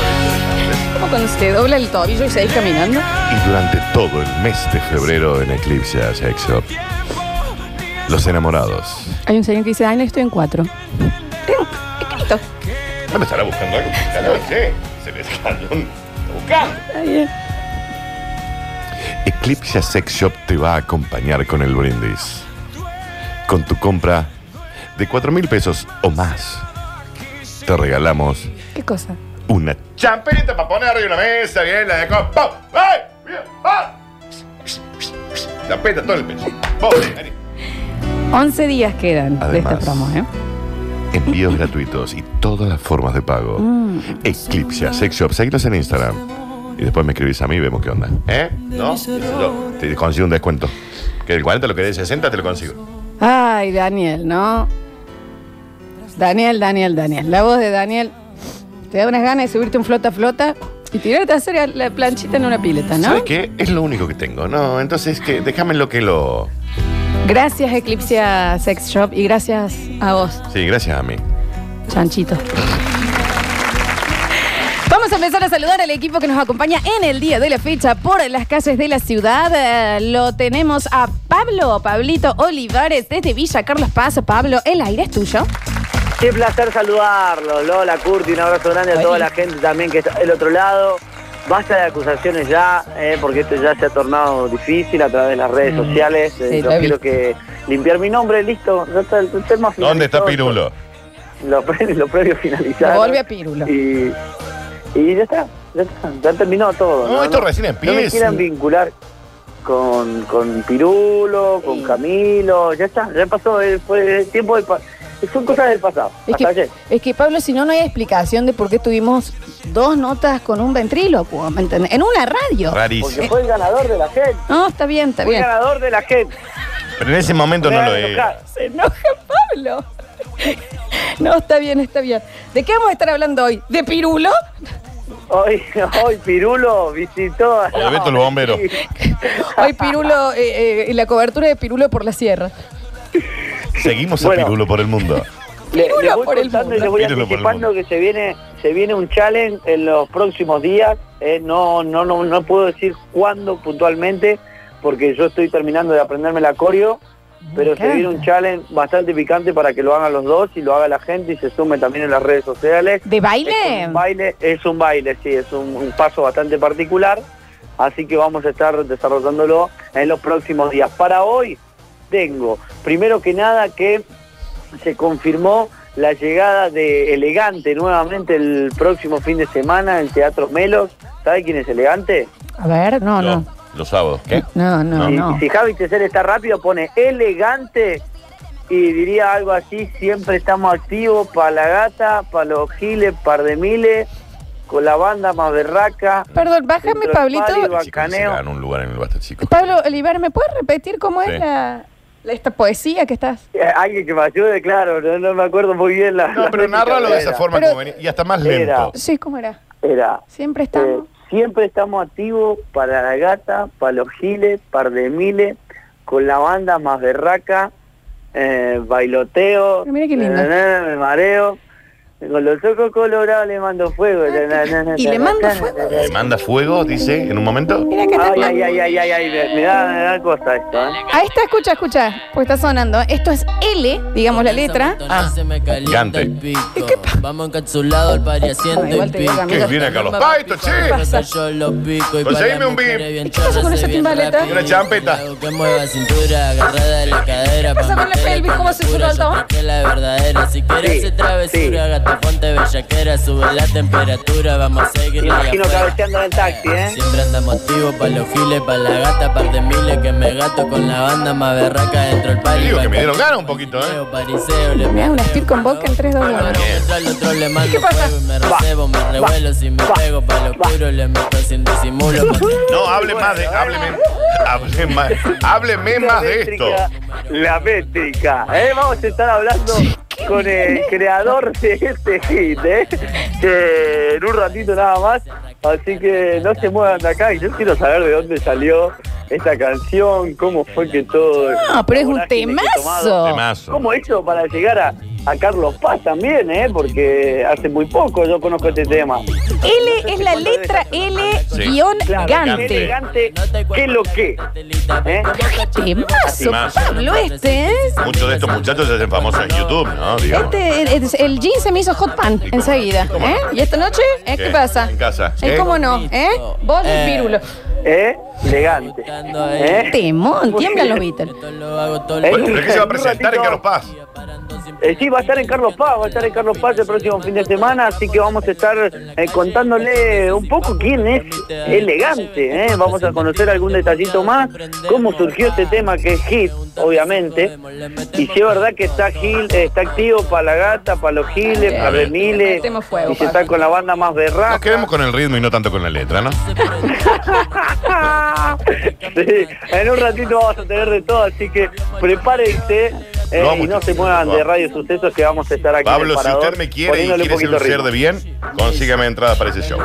Speaker 2: Como cuando se te dobla el tobillo y seguís caminando.
Speaker 1: Y durante todo el mes de febrero en Eclipse Sex Shop, los enamorados.
Speaker 2: Hay un señor que dice, ay, no estoy en cuatro. Eh, Escrito.
Speaker 1: ¿No me estará buscando algo? Ya lo sé. Se les cayó un- está buscando.
Speaker 2: Está bien.
Speaker 1: Eclipse Sex Shop te va a acompañar con el brindis. Con tu compra de 4 mil pesos o más, te regalamos
Speaker 2: ¿Qué cosa?
Speaker 1: una champita para poner arriba de una mesa, bien, la de copa. ¡Pau! ¡Ay! ¡Bien! ¡Ah! Champeta todo el pecho. ¡Pau! Vení.
Speaker 2: 11 días quedan de esta
Speaker 1: Además.
Speaker 2: promo, ¿eh?
Speaker 1: Envíos gratuitos y todas las formas de pago. Eclipse Sex Shop. Seguinos en Instagram. Y después me escribís a mí y vemos qué onda. ¿Eh? ¿No? Yo te consigo un descuento. Que el 40 lo querés, 60 te lo consigo.
Speaker 2: Ay, Daniel, ¿no? Daniel, Daniel, Daniel. La voz de Daniel te da unas ganas de subirte un flota flota y tirarte a hacer la planchita en una pileta, ¿no?
Speaker 1: ¿Sabes qué? Es lo único que tengo. No, entonces que déjame lo que lo.
Speaker 2: Gracias, Eclipse Sex Shop, y gracias a vos,
Speaker 1: Sí, gracias a mí.
Speaker 2: Chanchito. Vamos a empezar a saludar al equipo que nos acompaña en el día de la fecha por las calles de la ciudad. Eh, lo tenemos a Pablo, Pablito Olivares, desde Villa Carlos Paz. Pablo, el aire es tuyo.
Speaker 5: Qué placer saludarlo, Lola, Curti, un abrazo grande a toda la gente también que está del otro lado. Basta de acusaciones ya, eh, porque esto ya se ha tornado difícil a través de las redes sociales. Eh,
Speaker 2: Mm. sí,
Speaker 5: yo
Speaker 2: lo vi.
Speaker 5: quiero que limpiar mi nombre, listo. Ya está el tema finalizado.
Speaker 1: ¿Dónde está Pirulo?
Speaker 5: Lo, pre- lo previo finalizado.
Speaker 2: Lo vuelve a Pirulo.
Speaker 5: Y, y ya está, ya está, ya terminó todo.
Speaker 1: No, esto recién
Speaker 5: No me
Speaker 1: empieza.
Speaker 5: quieran vincular con, con Pirulo, con
Speaker 2: Sí.
Speaker 5: Camilo, ya está, ya pasó, eh, fue tiempo del pa- Son cosas del pasado,
Speaker 2: Es
Speaker 5: hasta ayer.
Speaker 2: que, es que, Pablo, si no, no hay explicación de por qué tuvimos dos notas con un ventrílocuo, ¿me entendés? En una radio.
Speaker 5: Porque
Speaker 1: Rarísimo.
Speaker 5: fue el ganador de la gente.
Speaker 2: No, está bien, está
Speaker 5: Fue el
Speaker 2: bien.
Speaker 5: ganador de la gente.
Speaker 1: Pero en ese momento
Speaker 5: Me
Speaker 1: no
Speaker 5: van
Speaker 1: lo
Speaker 5: a
Speaker 1: es.
Speaker 5: enojar.
Speaker 2: Se enoja Pablo. No, está bien, está bien. ¿De qué vamos a estar hablando hoy? ¿De Pirulo?
Speaker 5: Hoy, hoy Pirulo visitó a.
Speaker 1: Hoy Beto el bombero.
Speaker 2: Hoy Pirulo, eh, eh, la cobertura de Pirulo por la sierra.
Speaker 1: Seguimos a
Speaker 5: Bueno.
Speaker 1: Pirulo por el mundo.
Speaker 5: Le,
Speaker 2: Pirulo
Speaker 5: le voy
Speaker 2: por el
Speaker 5: contando y
Speaker 2: mundo.
Speaker 5: le voy
Speaker 1: Pirulo por el
Speaker 5: anticipando
Speaker 1: mundo.
Speaker 5: que se viene, se viene un challenge en los próximos días. Eh, no, no, no, no puedo decir cuándo puntualmente, porque yo estoy terminando de aprenderme la coreo. Pero se
Speaker 2: encanta.
Speaker 5: viene un challenge bastante picante para que lo hagan los dos y lo haga la gente y se sume también en las redes sociales.
Speaker 2: ¿De
Speaker 5: Es
Speaker 2: baile?
Speaker 5: un baile, es un baile, sí, es un, un paso bastante particular, así que vamos a estar desarrollándolo en los próximos días. Para hoy tengo, primero que nada, que se confirmó la llegada de Elegante nuevamente el próximo fin de semana en Teatro Melos. ¿Sabe quién es Elegante?
Speaker 2: A ver, no,
Speaker 1: Los-
Speaker 2: Ah, no.
Speaker 1: Los sábados. ¿Qué?
Speaker 2: No, no,
Speaker 1: No.
Speaker 5: Y
Speaker 2: no.
Speaker 5: Si Javi Tecer está rápido, pone elegante y diría algo así, siempre estamos activos para la gata, para los giles, par de miles, con la banda más berraca.
Speaker 2: Perdón, bájame,
Speaker 5: Central Party,
Speaker 2: Pablito.
Speaker 5: Bacaneo.
Speaker 1: Chicos, se dan un lugar en el basta, chicos.
Speaker 2: Pablo Olivar, ¿me puedes repetir cómo es
Speaker 1: Sí.
Speaker 2: la, la- esta poesía que estás?
Speaker 5: Eh, Alguien que me ayude, claro, no, no me acuerdo muy bien la...
Speaker 1: No,
Speaker 5: la
Speaker 1: pero
Speaker 5: técnica,
Speaker 1: narralo de
Speaker 5: era-
Speaker 1: esa forma
Speaker 2: Pero-
Speaker 1: como venía. Y hasta más
Speaker 5: Era.
Speaker 1: lento.
Speaker 2: Sí, ¿cómo era?
Speaker 5: Era,
Speaker 2: Siempre
Speaker 5: eh,
Speaker 2: estamos.
Speaker 5: siempre estamos activos para la gata, para los giles, par de miles, con la banda más berraca, eh, bailoteo,
Speaker 2: Pero mira qué lindo.
Speaker 5: na, na, na, me mareo, con los ojos colorados le mando fuego. na, na, na,
Speaker 2: Ah, ¿y
Speaker 5: na,
Speaker 2: le
Speaker 5: na,
Speaker 2: manda
Speaker 5: na,
Speaker 2: fuego?
Speaker 5: na, na,
Speaker 1: Le manda fuego, dice, en un momento.
Speaker 2: Mira que está
Speaker 5: Ay, ay, ay, ay, ay, ay, me, me da, me da cosa esto, ¿eh?
Speaker 2: Ahí está, escucha, escucha, pues está sonando. Esto es L, digamos la letra.
Speaker 6: Ah.
Speaker 1: Gigante.
Speaker 6: ¿Qué pasa? Vamos encapsulado al pari haciendo
Speaker 2: Joder, Ah, igual
Speaker 6: el
Speaker 2: te digo,
Speaker 6: pico.
Speaker 2: amigo.
Speaker 1: Que viene Carlos Paito, che.
Speaker 6: ¿Qué pasa? Yo lo pico y para
Speaker 1: Conseguime
Speaker 6: las
Speaker 1: Pues un beat.
Speaker 6: mujeres bien
Speaker 2: ¿Y qué pasa con
Speaker 6: chorras,
Speaker 2: esa
Speaker 6: bien
Speaker 2: timbaleta?
Speaker 6: rápido.
Speaker 1: Y una champeta.
Speaker 6: Que mueva cintura, agarrada de la cadera.
Speaker 2: pasa
Speaker 6: pa'
Speaker 2: con la
Speaker 6: meterle
Speaker 2: pelvis? ¿Cómo se
Speaker 6: travesura,
Speaker 2: suelta?
Speaker 6: yo te que la verdadera. Si quieres
Speaker 5: Sí,
Speaker 6: hacer travesura, gata, ponte bellaquera. Sube la temperatura, vamos a seguir.
Speaker 5: Me imagino cabeceando en el taxi, ¿eh?
Speaker 6: Siempre andamos activos pa' los giles, pa' la gata, par de miles que me gato con la banda más berraca dentro del
Speaker 1: Te
Speaker 6: pari.
Speaker 1: digo que me
Speaker 6: Bacaneo,
Speaker 1: dieron ganas un poquito, ¿eh?
Speaker 6: pariseo, le
Speaker 2: Me da una stir con vodka en 3, 2, 1.
Speaker 6: ¿Qué
Speaker 2: ¿Qué pasa?
Speaker 6: Me recebo, me revuelo, si me pego pa' lo oscuro, le meto sin disimulo.
Speaker 1: No, hable más de. Hábleme. Hable más. Hábleme más de esto.
Speaker 5: métrica, La métrica. ¿eh? Vamos a estar hablando con el creador de este hit, ¿eh? Que en un ratito nada más. Así que no se muevan de acá y yo quiero saber de dónde salió esta canción, cómo fue que todo...
Speaker 2: No, Ah, pero es un
Speaker 5: la vorágine que tomaron.
Speaker 2: temazo.
Speaker 1: Temazo.
Speaker 5: ¿Cómo hizo para llegar a, a Carlos Paz también, eh? Porque hace muy poco yo conozco este tema.
Speaker 2: L es la letra L
Speaker 1: Sí.
Speaker 2: guión
Speaker 5: Claro, qué
Speaker 2: gante.
Speaker 5: elegante, qué lo que. ¿Eh?
Speaker 2: Temazo,
Speaker 1: Temazo.
Speaker 2: Pablo, este, ¿eh?
Speaker 1: Muchos de estos muchachos se hacen famosos en YouTube, ¿no? Digamos.
Speaker 2: Este, eh, es- el jean se me hizo hot pan enseguida,
Speaker 1: ¿Cómo?
Speaker 2: ¿eh? ¿Y esta noche? ¿Eh? ¿Qué
Speaker 1: ¿Qué?
Speaker 2: pasa?
Speaker 1: En casa.
Speaker 2: ¿Eh?
Speaker 1: ¿Eh?
Speaker 2: ¿Cómo no? ¿Eh? Vos y
Speaker 6: Eh.
Speaker 2: Pirulo.
Speaker 5: ¿Eh? Elegante. ¿Eh?
Speaker 2: Temón, tiemblan los Beatles.
Speaker 6: Esto lo hago todo el
Speaker 5: ¿Eh?
Speaker 1: Bueno, ¿pero qué se va a presentar en Carlos Paz?
Speaker 5: Eh, sí, va a estar en Carlos Paz, va a estar en Carlos Paz el próximo fin de semana, así que vamos a estar eh, contándole un poco quién es elegante. ¿eh? Vamos a conocer algún detallito más, cómo surgió este tema que es hit, obviamente. Y sí es verdad que está Gil, eh, está activo para la gata, para los giles, para Remile,
Speaker 2: Metemos fuego,
Speaker 5: y se
Speaker 2: Pablo.
Speaker 5: está con la banda más
Speaker 1: Nos
Speaker 5: berraca.
Speaker 1: quedemos con el ritmo y no tanto con la letra, ¿no?
Speaker 5: Sí, en un ratito vamos a tener de todo, así que prepárense eh,
Speaker 1: No,
Speaker 5: y no
Speaker 1: muchachos,
Speaker 5: se muevan de
Speaker 1: vamos.
Speaker 5: Radio Sucesos que vamos a estar aquí. en el
Speaker 1: Pablo, si
Speaker 5: parador,
Speaker 1: usted me quiere y
Speaker 5: poniéndole
Speaker 1: quiere ser un
Speaker 5: poquito
Speaker 1: ser de
Speaker 5: ritmo.
Speaker 1: bien, consígame entrada para ese show.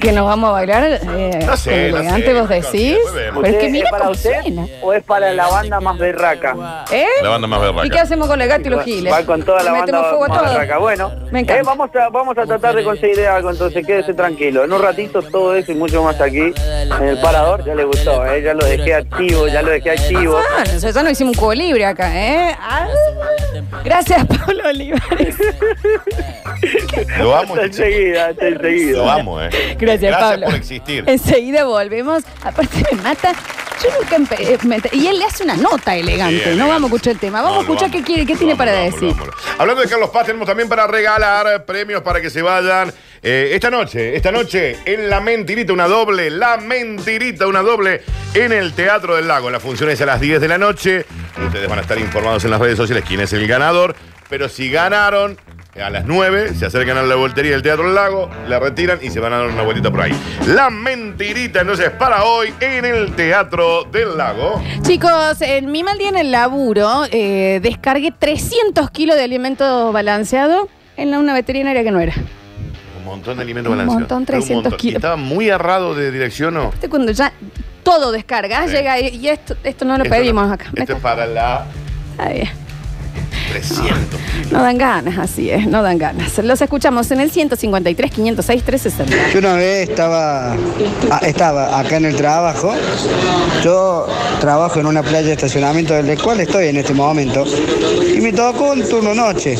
Speaker 2: Que nos vamos a bailar eh,
Speaker 1: No sé, no
Speaker 2: elegante
Speaker 1: sé,
Speaker 2: vos
Speaker 1: no sé,
Speaker 2: decís.
Speaker 1: después vemos.
Speaker 2: Pero es que
Speaker 5: ¿Usted-
Speaker 2: mira
Speaker 5: ¿Es para
Speaker 2: cómo
Speaker 5: usted
Speaker 2: suena.
Speaker 5: o es para la banda más berraca?
Speaker 2: ¿Eh?
Speaker 1: La banda más
Speaker 2: ¿Y qué
Speaker 1: berraca.
Speaker 2: hacemos con la gata y los giles?
Speaker 5: Va con toda la
Speaker 2: Le metemos
Speaker 5: banda
Speaker 2: fuego a
Speaker 5: más
Speaker 2: todo.
Speaker 5: berraca. Bueno,
Speaker 2: Me encanta.
Speaker 5: eh, vamos, a, vamos a tratar de conseguir algo, entonces quédese tranquilo. En un ratito todo eso y mucho más aquí en el parador. Ya le gustó, eh, ya lo dejé activo, ya lo dejé activo.
Speaker 2: Ah, no sé, ya no hicimos un cubo libre acá, ¿eh? Ah, gracias, Pablo Olivares.
Speaker 1: Lo amo, este
Speaker 5: Hasta enseguida, hasta enseguida.
Speaker 1: lo amo, ¿eh?
Speaker 2: Gracias, Pablo.
Speaker 1: por existir.
Speaker 2: Enseguida volvemos. Aparte me mata. Yo nunca empe- eh, me ent- Y él le hace una nota elegante.
Speaker 1: Bien,
Speaker 2: no
Speaker 1: bien.
Speaker 2: vamos a escuchar el tema. Vamos
Speaker 1: No,
Speaker 2: a
Speaker 1: lo
Speaker 2: escuchar
Speaker 1: vamos.
Speaker 2: qué quiere, qué
Speaker 1: Lo
Speaker 2: tiene
Speaker 1: vamos,
Speaker 2: para
Speaker 1: lo vamos,
Speaker 2: decir.
Speaker 1: lo vamos, lo vamos. Hablando de Carlos Paz, tenemos también para regalar eh, premios para que se vayan. eh, esta noche, esta noche, en La Mentirita, una doble, La Mentirita, una doble, en el Teatro del Lago. La función es a las 10 de la noche. Ustedes van a estar informados en las redes sociales quién es el ganador. Pero si ganaron, eh, a las 9 se acercan a la voltería del Teatro del Lago, la retiran y se van a dar una vueltita por ahí. La Mentirita, entonces, para hoy, en el Teatro del Lago.
Speaker 2: Chicos, en mi mal día en el laburo, eh, descargué 300 kilos de alimento balanceado en la- una veterinaria que no era.
Speaker 1: Un montón de alimento
Speaker 2: Un
Speaker 1: balanceado.
Speaker 2: montón,
Speaker 1: Pero
Speaker 2: 300 kilos.
Speaker 1: Y estaba muy errado de dirección, ¿no?
Speaker 2: Viste Este Cuando ya todo descargas,
Speaker 1: Sí.
Speaker 2: llega y, y esto, esto no lo
Speaker 1: Esto
Speaker 2: pedimos
Speaker 1: no.
Speaker 2: acá.
Speaker 1: Esto es para la
Speaker 2: Está bien.
Speaker 1: 300.
Speaker 2: No dan ganas, así es, no dan ganas. Los escuchamos en el 153, 506, 360.
Speaker 7: Yo una vez estaba, ah, estaba acá en el trabajo. Yo trabajo en una playa de estacionamiento del cual estoy en este momento. Y me tocó un turno noche.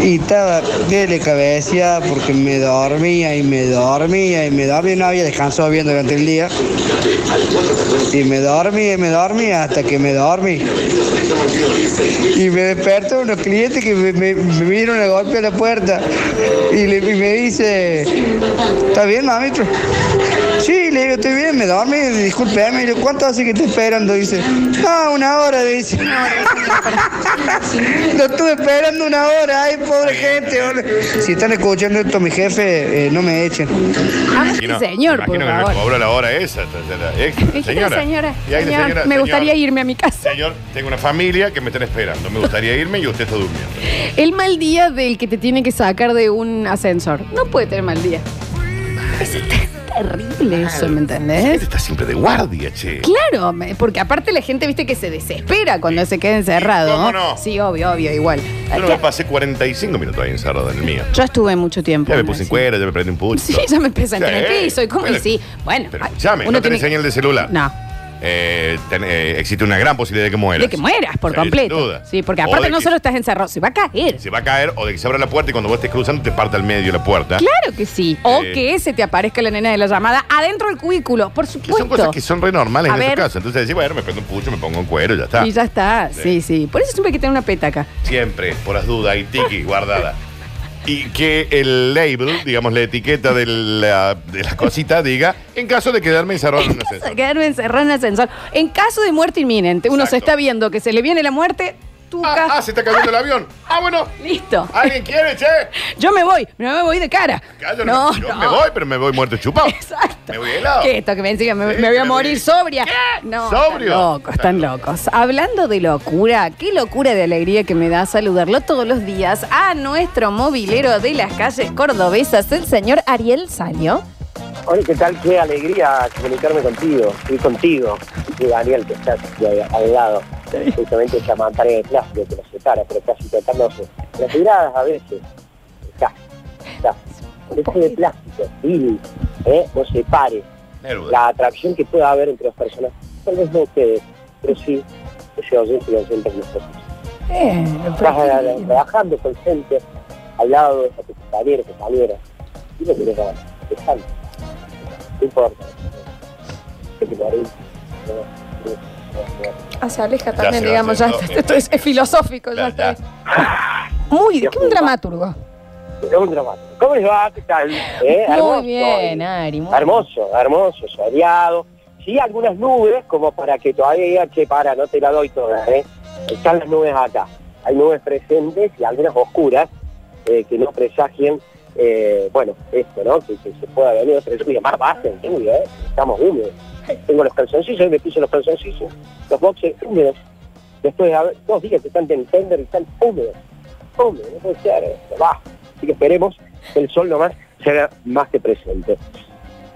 Speaker 7: Y estaba de cabeza porque me dormía y me dormía y me dormía. No había descansado bien durante el día. Y me dormía y me dormía hasta que me dormí. Y me despertan unos clientes que me, me, me vieron a golpe a la puerta. Y, le- y me dice, ¿está bien, maestro? Sí, le digo, estoy bien, me dormí, discúlpeme. Y le digo, ¿cuánto hace que estoy esperando? Dice, no, una hora, dice. Lo estuve esperando una hora, ay, pobre gente. boludo. Si están escuchando esto, mi jefe, eh, no me echen.
Speaker 2: Ah,
Speaker 1: Imagino-
Speaker 2: señor, por
Speaker 1: imagino que me
Speaker 2: favor.
Speaker 1: cobró la hora esa. esta- esta- esta- extra.
Speaker 2: Me dijiste,
Speaker 1: señora.
Speaker 2: señora,
Speaker 1: Y ahí la
Speaker 2: señor,
Speaker 1: señora,
Speaker 2: me
Speaker 1: señor,
Speaker 2: gustaría irme a mi casa.
Speaker 1: Señor, tengo una familia que me están esperando. Me gustaría irme y usted está durmiendo.
Speaker 2: El mal día del que te tiene que sacar de un ascensor. No puede tener mal día. Es terrible eso, ¿me
Speaker 1: Usted
Speaker 2: entendés?
Speaker 1: está siempre de guardia, che.
Speaker 2: Claro, me- porque aparte la gente, viste, que se desespera cuando se queda encerrado.
Speaker 1: ¿Cómo no?
Speaker 2: Sí, obvio, obvio, igual.
Speaker 1: Yo no me pasé 45 minutos ahí encerrado en el mío.
Speaker 2: Yo estuve mucho tiempo.
Speaker 1: Ya me
Speaker 2: ¿no?
Speaker 1: puse en
Speaker 2: Sí.
Speaker 1: cuero, ya me prendí un pucho.
Speaker 2: Sí, ya me empecé a en el
Speaker 1: Sí,
Speaker 2: piso. ¿Y cómo?
Speaker 1: pero-
Speaker 2: y sí, bueno.
Speaker 1: Pero
Speaker 2: ay,
Speaker 1: escuchame,
Speaker 2: uno
Speaker 1: no tenés
Speaker 2: tiene-
Speaker 1: señal de celular.
Speaker 2: No.
Speaker 1: Eh, ten- eh, existe una gran posibilidad de que mueras.
Speaker 2: De que mueras por
Speaker 1: Sí,
Speaker 2: completo.
Speaker 1: sin duda.
Speaker 2: Sí, porque
Speaker 1: O
Speaker 2: aparte
Speaker 1: de
Speaker 2: no
Speaker 1: que
Speaker 2: solo estás encerrado, se va a caer.
Speaker 1: Se va a caer o de que se abra la puerta y cuando vos estés cruzando te parta al medio la puerta.
Speaker 2: Claro que sí. O
Speaker 1: Eh.
Speaker 2: que se te aparezca la nena de la llamada adentro del cubículo, por
Speaker 1: Que son
Speaker 2: supuesto.
Speaker 1: cosas que son re normales
Speaker 2: A
Speaker 1: en esos
Speaker 2: ver.
Speaker 1: casos. Entonces decís, bueno, me prendo un pucho, me pongo un cuero, ya está.
Speaker 2: Y ya está, sí. sí,
Speaker 1: Sí.
Speaker 2: Por eso siempre hay que tener una petaca.
Speaker 1: Siempre, por las dudas, y tiki guardada. Y que el label, digamos, la etiqueta de la, de la cosita diga, en caso de quedarme encerrado en un ascensor.
Speaker 2: Quedarme encerrado en el ascensor. En caso de muerte inminente, uno se
Speaker 1: Exacto.
Speaker 2: está viendo que se le viene la muerte, tuca.
Speaker 1: Ah, ah, se está cayendo el avión. Ah, bueno.
Speaker 2: Listo.
Speaker 1: ¿Alguien quiere, che?
Speaker 2: Yo me voy, no me voy de cara.
Speaker 1: Acá yo no, yo me voy, pero me voy muerto chupado.
Speaker 2: Exacto.
Speaker 1: Me voy de lado.
Speaker 2: ¿Qué es esto que me decís que me,
Speaker 1: Sí,
Speaker 2: me voy a
Speaker 1: me
Speaker 2: morir
Speaker 1: voy.
Speaker 2: sobria?
Speaker 1: ¿Qué?
Speaker 2: No,
Speaker 1: ¿Sobrio?
Speaker 2: están locos, están locos. Hablando de locura, qué locura de alegría que me da saludarlo todos los días a nuestro movilero de las calles cordobesas, el señor Ariel Salio.
Speaker 5: Oye, ¿qué tal? Qué alegría comunicarme contigo y contigo. Y Daniel, que estás de ahí al lado. Justamente llamar en el clásico que nos separa, pero casi tocándose. Las miradas a veces. Está, está. Eso de plástico, Billy, ¿eh? no separe
Speaker 1: Neruda.
Speaker 5: la atracción que pueda haber entre las personas. Tal vez no ustedes, pero sí ese oyente y oyente que nosotros.
Speaker 2: Eh,
Speaker 5: Estás eh, trabajando con gente al lado de tu compañero, compañera. Y no querés ganar. Te sale. No importa. ¿Qué te parece? No, no.
Speaker 2: Ah, se aleja
Speaker 1: Ya
Speaker 2: también,
Speaker 1: se va
Speaker 2: digamos, ya.
Speaker 1: haciendo,
Speaker 2: Esto, esto es, es filosófico, Pues ya,
Speaker 1: Ya, ya.
Speaker 2: está. Muy, qué un dramaturgo.
Speaker 8: Es un dramato. ¿Cómo les va? ¿Qué tal? Eh,
Speaker 2: Muy
Speaker 8: hermoso,
Speaker 2: bien,
Speaker 8: eh,
Speaker 2: Ari. muy
Speaker 8: Hermoso, hermoso, soleado. Sí, algunas nubes, como para que todavía digan, che, para, no te la doy toda, ¿eh? Están las nubes acá. Hay nubes presentes y algunas oscuras eh, que no presagien, eh, bueno, esto, ¿no? Que, que se pueda venir otra lluvia. Más va a ser lluvia, ¿eh? Estamos húmedos. Tengo los calzoncillos, me puse los calzoncillos. Los boxes húmedos. Después de haber- dos días que están en el tender y están húmedos. Húmedos, no puede ser. esto, Va. Así que esperemos que el sol nomás se haga más que presente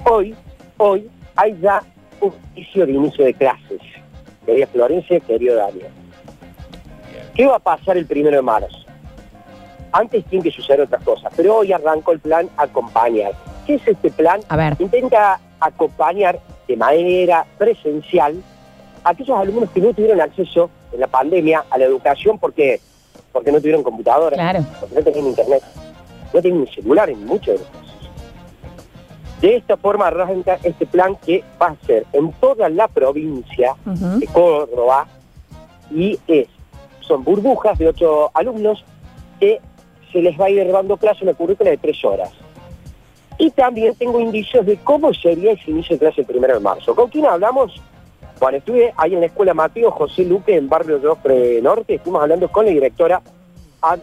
Speaker 8: hoy, hoy hay ya un inicio de inicio de clases. Querida Florencia, querido Daniel. ¿Qué va a pasar el primero de marzo? Antes tienen que suceder otras cosas, pero hoy arrancó el plan acompañar. ¿Qué es este plan?
Speaker 2: A ver.
Speaker 8: Intenta acompañar de manera presencial a aquellos alumnos que no tuvieron acceso en la pandemia a la educación porque, porque no tuvieron computadora,
Speaker 2: Claro.
Speaker 8: porque no tenían internet, no tenían celular en muchos de los casos. De esta forma arranca este plan que va a ser en toda la provincia
Speaker 2: Ujú.
Speaker 8: de Córdoba ¿ah? y es, son burbujas de ocho alumnos que se les va a ir dando clase una currícula de tres horas. Y también tengo indicios de cómo sería ese inicio de clase el primero de marzo. ¿Con quién hablamos? Bueno, estuve ahí en la escuela Mateo José Luque en Barrio Yofre Norte, estuvimos hablando con la directora Ann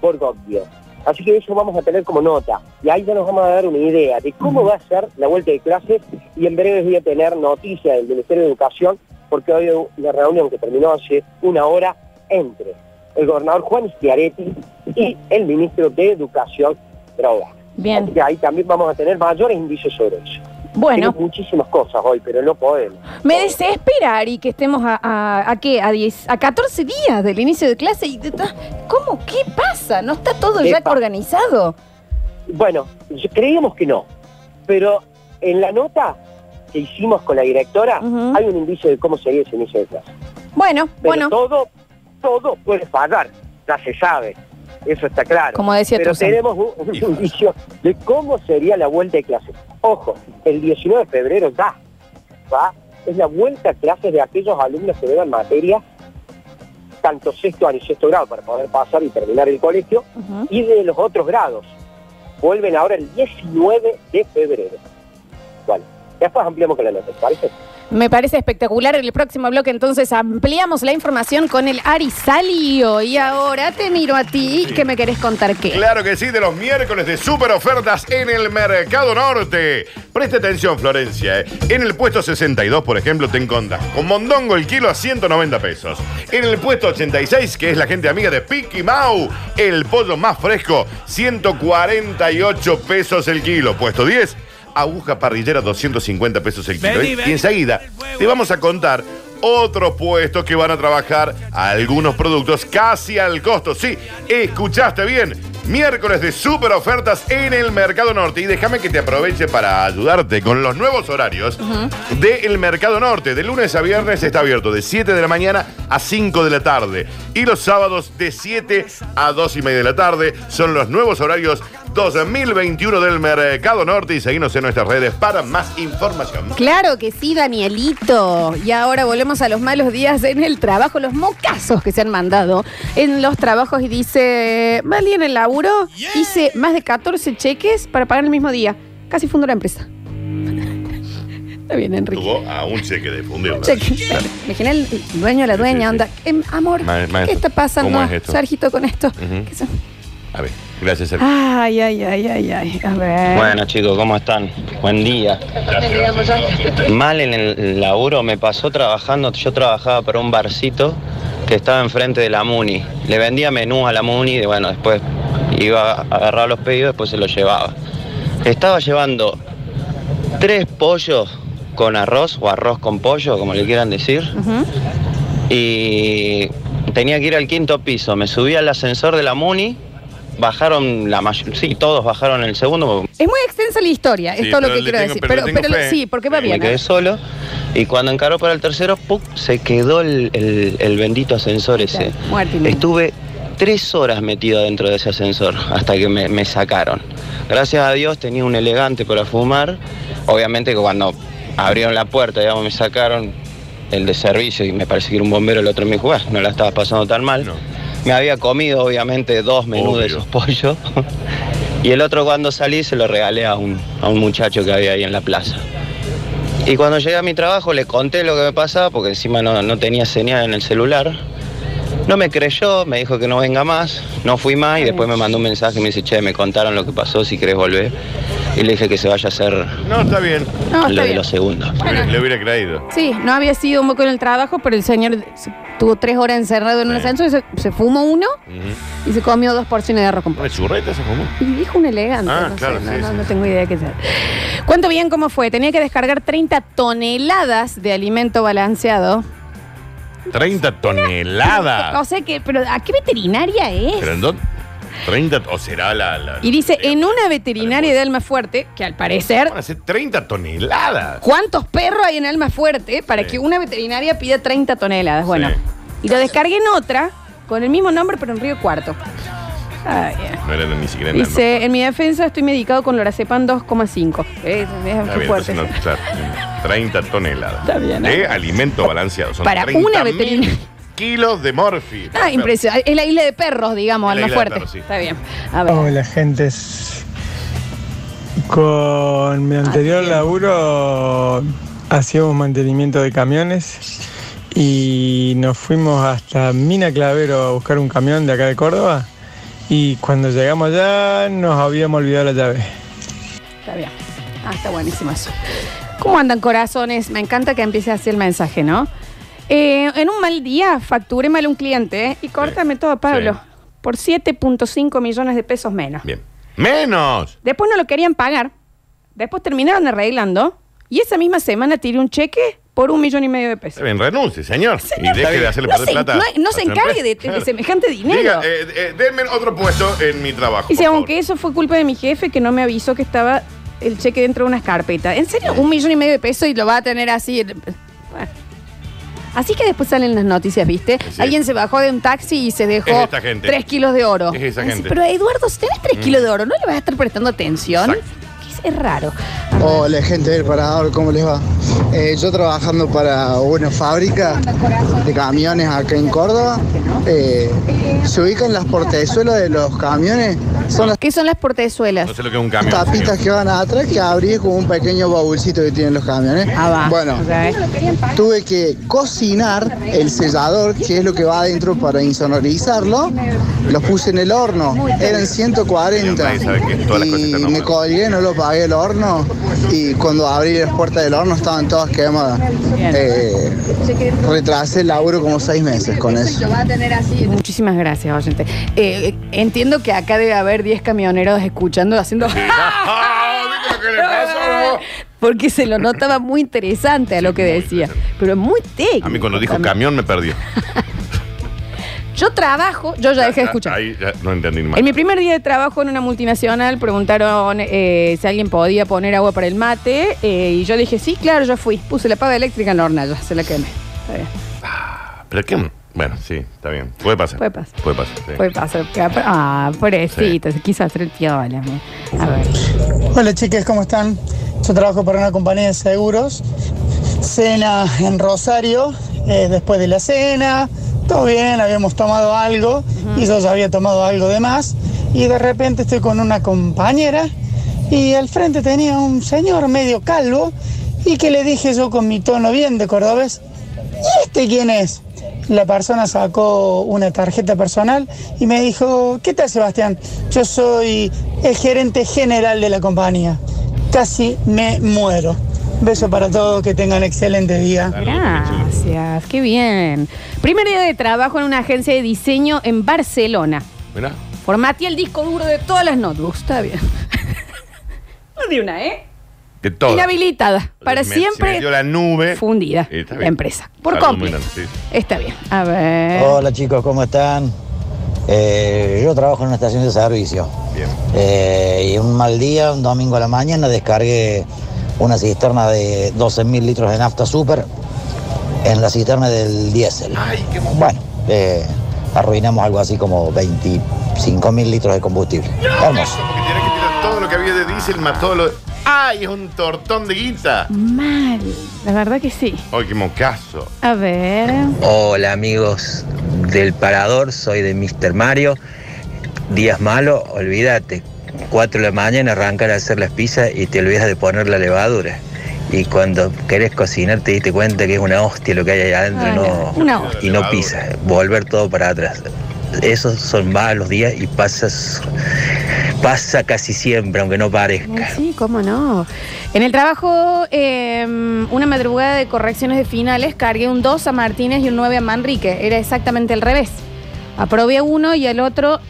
Speaker 8: Borgoglio. Así que eso vamos a tener como nota. Y ahí ya nos vamos a dar una idea de cómo va a ser la vuelta de clases y en breve voy a tener noticias del Ministerio de Educación porque hoy hubo una reunión que terminó hace una hora entre el gobernador Juan Schiaretti y el ministro de Educación, Droga.
Speaker 2: Bien.
Speaker 8: Así que ahí también vamos a tener mayores indicios sobre eso.
Speaker 2: Bueno,
Speaker 8: Tengo muchísimas cosas hoy, pero no podemos.
Speaker 2: me desespera, Ari, que estemos a, a, a qué, a, 10, a 14 días del inicio de clase. Y, ¿Cómo? ¿Qué pasa? ¿No está todo
Speaker 8: ¿Qué
Speaker 2: ya
Speaker 8: pasa?
Speaker 2: organizado?
Speaker 8: Bueno, yo- creíamos que no, pero en la nota que hicimos con la directora
Speaker 2: Ujú.
Speaker 8: hay un indicio de cómo sería ese inicio de clase.
Speaker 2: Bueno,
Speaker 8: Pero
Speaker 2: bueno.
Speaker 8: todo, todo puede fallar, ya se sabe, eso está claro.
Speaker 2: Como decía
Speaker 8: Pero
Speaker 2: Tusan.
Speaker 8: tenemos un, un
Speaker 1: Híjole.
Speaker 8: indicio de cómo sería la vuelta de clases. Ojo, el 19 de febrero ya, ¿va? Es la vuelta a clases de aquellos alumnos que deban materia, tanto sexto año y sexto grado, para poder pasar y terminar el colegio,
Speaker 2: Ujú.
Speaker 8: y de los otros grados. Vuelven ahora el 19 de febrero. Bueno, después ampliamos con la nota, ¿te ¿parece?
Speaker 2: Me parece espectacular. En el próximo bloque entonces ampliamos la información con el Ari Salio. Y ahora te miro a ti
Speaker 1: Sí.
Speaker 2: que me querés contar qué.
Speaker 1: Claro que sí, de los miércoles de super ofertas en el Mercado Norte. Presta atención, Florencia. ¿eh? En el puesto 62, por ejemplo, te encontras con mondongo el kilo a 190 pesos. En el puesto 86, que es la gente amiga de Piqui Mau, el pollo más fresco, 148 pesos el kilo. Puesto 10, aguja parrillera, 250 pesos el kilo. ¿eh? Y enseguida te vamos a contar otros puestos que van a trabajar algunos productos casi al costo. Sí, escuchaste bien. Miércoles de super ofertas en el Mercado Norte. Y déjame que te aproveche para ayudarte con los nuevos horarios del Mercado Norte. De lunes a viernes está abierto de 7 de la mañana a 5 de la tarde. Y los sábados de 7 a 2 y media de la tarde son los nuevos horarios 2021 del Mercado Norte. Y seguimos en nuestras redes para más información.
Speaker 2: Claro que sí, Danielito. Y ahora volvemos a los malos días en el trabajo, los mocazos que se han mandado en los trabajos y dice, Mali en el laburo hice más de 14 cheques para pagar el mismo día. Casi fundó la empresa. Está bien, Enrique.
Speaker 1: Tuvo a un cheque de fundirla.
Speaker 2: Cheque. Imagina el dueño, la dueña,
Speaker 1: Sí, sí,
Speaker 2: onda. "Em, amor,
Speaker 1: Ma-
Speaker 2: ¿qué
Speaker 1: maestro,
Speaker 2: está pasando,
Speaker 1: ¿cómo es esto?
Speaker 2: Sargito, con esto?
Speaker 1: Ujú.
Speaker 2: ¿Qué son?
Speaker 1: A ver, gracias, Sergio.
Speaker 2: Ay, ay, ay, ay, ay. A ver.
Speaker 9: Bueno chicos, ¿cómo están? Buen día. Mal en el laburo me pasó trabajando, yo trabajaba para un barcito que estaba enfrente de la Muni. Le vendía menú a la Muni y bueno, después iba a agarrar los pedidos, después se los llevaba. Estaba llevando tres pollos con arroz o arroz con pollo, como le quieran decir
Speaker 2: Ujú.
Speaker 9: y tenía que ir al quinto piso. Me subí al ascensor de la Muni, bajaron la mayoría, sí, todos bajaron el segundo,
Speaker 2: Es muy extensa la historia,
Speaker 1: Sí,
Speaker 2: es todo lo
Speaker 1: pero
Speaker 2: que
Speaker 1: le
Speaker 2: quiero
Speaker 1: tengo-
Speaker 2: decir.
Speaker 1: pero le
Speaker 2: Pero,
Speaker 1: tengo
Speaker 2: pero
Speaker 1: fe.
Speaker 2: sí, porque va
Speaker 1: Sí,
Speaker 9: me
Speaker 2: bien. ¿eh?
Speaker 9: quedé solo. Y cuando encaró para el tercero, ¡puc! se quedó el, el- el bendito ascensor ese.
Speaker 2: Muerte y media.
Speaker 9: Estuve tres horas metido dentro de ese ascensor hasta que me, me sacaron. Gracias a Dios tenía un elegante para fumar. Obviamente que cuando abrieron la puerta, digamos, me sacaron el de servicio, y me parece que era un bombero el otro en mi lugar, no la estaba pasando tan mal. Me había comido, obviamente, dos menús de esos pollos. y el otro cuando salí se lo regalé a un, a un muchacho que había ahí en la plaza. Y cuando llegué a mi trabajo le conté lo que me pasaba, porque encima no, no tenía señal en el celular. No me creyó, me dijo que no venga más, no fui más y después me mandó un mensaje y me dice, che, me contaron lo que pasó, si querés volver. Y le dije que se vaya a hacer
Speaker 1: No, está bien.
Speaker 2: No, está
Speaker 9: lo de
Speaker 2: bien.
Speaker 9: los segundos.
Speaker 2: Bueno.
Speaker 1: Le hubiera creído.
Speaker 2: Sí, no había sido un poco en el trabajo, pero el señor se- tuvo tres horas encerrado en un ascensor y se, se fumó uno y se comió dos porciones de arroz con pollo.
Speaker 1: ¿Una churreta esa común?
Speaker 2: Y dijo un elegante.
Speaker 1: Ah,
Speaker 2: no, sé,
Speaker 1: claro,
Speaker 2: no,
Speaker 1: sí,
Speaker 2: no-
Speaker 1: sí,
Speaker 2: no tengo idea qué sea. ¿Cuánto bien cómo fue? Tenía que descargar 30 toneladas de alimento balanceado.
Speaker 1: 30 toneladas.
Speaker 2: O sea que, pero ¿a qué veterinaria es?
Speaker 1: ¿Pero en dónde? 30, o será la... la-
Speaker 2: Y dice, en una veterinaria de Alma Fuerte, que al parecer,
Speaker 1: Van a ser 30 toneladas.
Speaker 2: ¿cuántos perros hay en Alma Fuerte para que una veterinaria pida 30 toneladas? Bueno,
Speaker 1: Sí.
Speaker 2: y lo descargué en otra, con el mismo nombre, pero en Río Cuarto. Ay, eh.
Speaker 1: No eran ni siquiera en la-
Speaker 2: Dice, en mi defensa estoy medicado con lorazepam 2,5. Eh, es
Speaker 1: Está bien,
Speaker 2: fuerte.
Speaker 1: entonces no- claro, 30 toneladas.
Speaker 2: Está bien, ¿eh?
Speaker 1: De alimento balanceado. Son
Speaker 2: Para
Speaker 1: 30.000
Speaker 2: una veterinaria.
Speaker 1: Kilos de morfi.
Speaker 2: Ah, impresionante. Es la isla de perros, digamos,
Speaker 1: Es
Speaker 2: Alma
Speaker 1: la isla de
Speaker 2: Fuerte.
Speaker 1: perros, sí.
Speaker 2: Está bien. A ver.
Speaker 10: Hola, gentes. Con mi anterior laburo hacíamos mantenimiento de camiones y nos fuimos hasta Mina Clavero a buscar un camión de acá de Córdoba y cuando llegamos allá nos habíamos olvidado la llave.
Speaker 2: Está bien. Ah, está buenísimo eso. ¿Cómo andan corazones? Me encanta que empiece así el mensaje, ¿no? Eh, en un mal día facturé mal a un cliente ¿eh? y córtame todo, Pablo,
Speaker 1: Sí.
Speaker 2: por 7.5 millones de pesos menos.
Speaker 1: Bien. Menos.
Speaker 2: Después no lo querían pagar. Después terminaron arreglando y esa misma semana tiré un cheque por un millón y medio de pesos.
Speaker 1: Está bien, renuncie, señor. y
Speaker 2: no,
Speaker 1: deje de hacerle
Speaker 2: no
Speaker 1: perder
Speaker 2: se-
Speaker 1: plata.
Speaker 2: no- no se
Speaker 1: a su
Speaker 2: encargue
Speaker 1: empresa.
Speaker 2: de- de semejante dinero.
Speaker 1: Diga, eh, eh, denme otro puesto en mi trabajo.
Speaker 2: Dice,
Speaker 1: por
Speaker 2: aunque
Speaker 1: favor.
Speaker 2: eso fue culpa de mi jefe que no me avisó que estaba el cheque dentro de unas carpetas. ¿En serio? Un millón y medio de pesos y lo va a tener así. Bueno. Así que después salen las noticias, ¿viste?
Speaker 1: Sí.
Speaker 2: Alguien se bajó de un taxi y se dejó
Speaker 1: Es esta gente.
Speaker 2: tres kilos de oro.
Speaker 1: Es esa
Speaker 2: Dice,
Speaker 1: gente. Mm.
Speaker 2: Pero Eduardo, si tenés tres kilos de oro, ¿no le vas a estar prestando atención?
Speaker 1: Exacto.
Speaker 2: Que Es raro.
Speaker 7: Hola gente del Parador, ¿cómo les va? Eh, yo trabajando para una fábrica de camiones acá en Córdoba, eh, se ubican las portezuelas de los camiones, son las
Speaker 2: ¿Qué son las portezuelas?
Speaker 1: No sé lo que es un camión.
Speaker 7: tapitas
Speaker 1: señor.
Speaker 7: que van atrás que abrís con un pequeño baúlcito que tienen los camiones.
Speaker 2: Ah, va.
Speaker 7: Bueno,
Speaker 2: Ok.
Speaker 7: tuve que cocinar el sellador, que es lo que va adentro para insonorizarlo. Los puse en el horno, eran 140.
Speaker 1: Nadie sabe que todas las cosas
Speaker 7: Y
Speaker 1: están
Speaker 7: me
Speaker 1: normales.
Speaker 7: colgué, no lo pagué el horno. Y cuando abrí las puertas del horno estaban todas quemadas. Eh, retrasé el laburo como seis meses con eso.
Speaker 2: Muchísimas gracias, oyente. Eh, eh, entiendo que acá debe haber 10 camioneros escuchando, haciendo...
Speaker 1: Ah, ¿viste lo que le pasó?
Speaker 2: Porque se lo notaba muy interesante a lo que decía. Pero muy técnico.
Speaker 1: A mí cuando dijo
Speaker 2: también.
Speaker 1: camión me perdió.
Speaker 2: Yo trabajo, yo ya dejé de escuchar.
Speaker 1: Ahí ya no entendí más.
Speaker 2: En mi primer día de trabajo en una multinacional preguntaron eh, si alguien podía poner agua para el mate eh, y yo dije, sí, claro, yo fui. Puse la paga eléctrica en la hornalla, se la quemé. Está bien.
Speaker 1: Pero qué. Bueno, sí, está bien. Puede pasar.
Speaker 2: Puede pasar.
Speaker 1: Puede pasar. sí.
Speaker 2: Puede pasar. Ah, pobrecita, se quiso hacer el piola. amor. A ver.
Speaker 10: Hola chicas, ¿cómo están? Yo trabajo para una compañía de seguros. Cena en Rosario, eh, después de la cena, todo bien, habíamos tomado algo y yo ya había tomado algo de más. Y de repente estoy con una compañera y al frente tenía un señor medio calvo y que le dije yo con mi tono bien de cordobés, ¿y este quién es? La persona sacó una tarjeta personal y me dijo, ¿qué tal Sebastián? Yo soy el gerente general de la compañía. Casi me muero. Beso para todos, que tengan excelente día.
Speaker 2: Gracias, qué bien. Primer día de trabajo en una agencia de diseño en Barcelona.
Speaker 1: Mirá.
Speaker 2: Formateé el disco duro de todas las notebooks, está bien. No de una, ¿eh?
Speaker 1: De todo.
Speaker 2: Inhabilitada. Para
Speaker 1: Me- se
Speaker 2: siempre
Speaker 1: metió la nube.
Speaker 2: fundida.
Speaker 1: Y está
Speaker 2: La
Speaker 1: bien.
Speaker 2: empresa. Por
Speaker 1: Salud,
Speaker 2: completo.
Speaker 1: Milán, sí.
Speaker 2: Está bien. A ver.
Speaker 11: Hola chicos, ¿cómo están? Eh, yo trabajo en una estación de servicio.
Speaker 1: Bien.
Speaker 11: Eh, y un mal día, un domingo a la mañana, descargué una cisterna de 12.000 litros de nafta super en la cisterna del diésel. Bueno, eh, arruinamos algo así como 25.000 litros de combustible. Hermoso.
Speaker 1: Porque tenía que tirar todo lo que había de diésel más todo lo. ¡Ay, es un tortón de guita!
Speaker 2: Mal. La verdad que sí.
Speaker 1: ¡Ay, qué mocazo!
Speaker 2: A ver.
Speaker 12: Hola amigos del Parador, soy de Mr. Mario. Días malos, olvídate. 4 de la mañana arrancan a hacer las pizzas y te olvidas de poner la levadura. Y cuando querés cocinar te diste cuenta que es una hostia lo que hay allá adentro
Speaker 2: Ay,
Speaker 12: y no,
Speaker 2: una hostia.
Speaker 12: y no pizza. Volver todo para atrás. Esos son malos días y pasas, pasa casi siempre, aunque no parezca.
Speaker 2: Ay, Sí, cómo no. En el trabajo, eh, una madrugada de correcciones de finales, cargué un 2 a Martínez y un 9 a Manrique. Era exactamente al revés. Aprobé a uno y al otro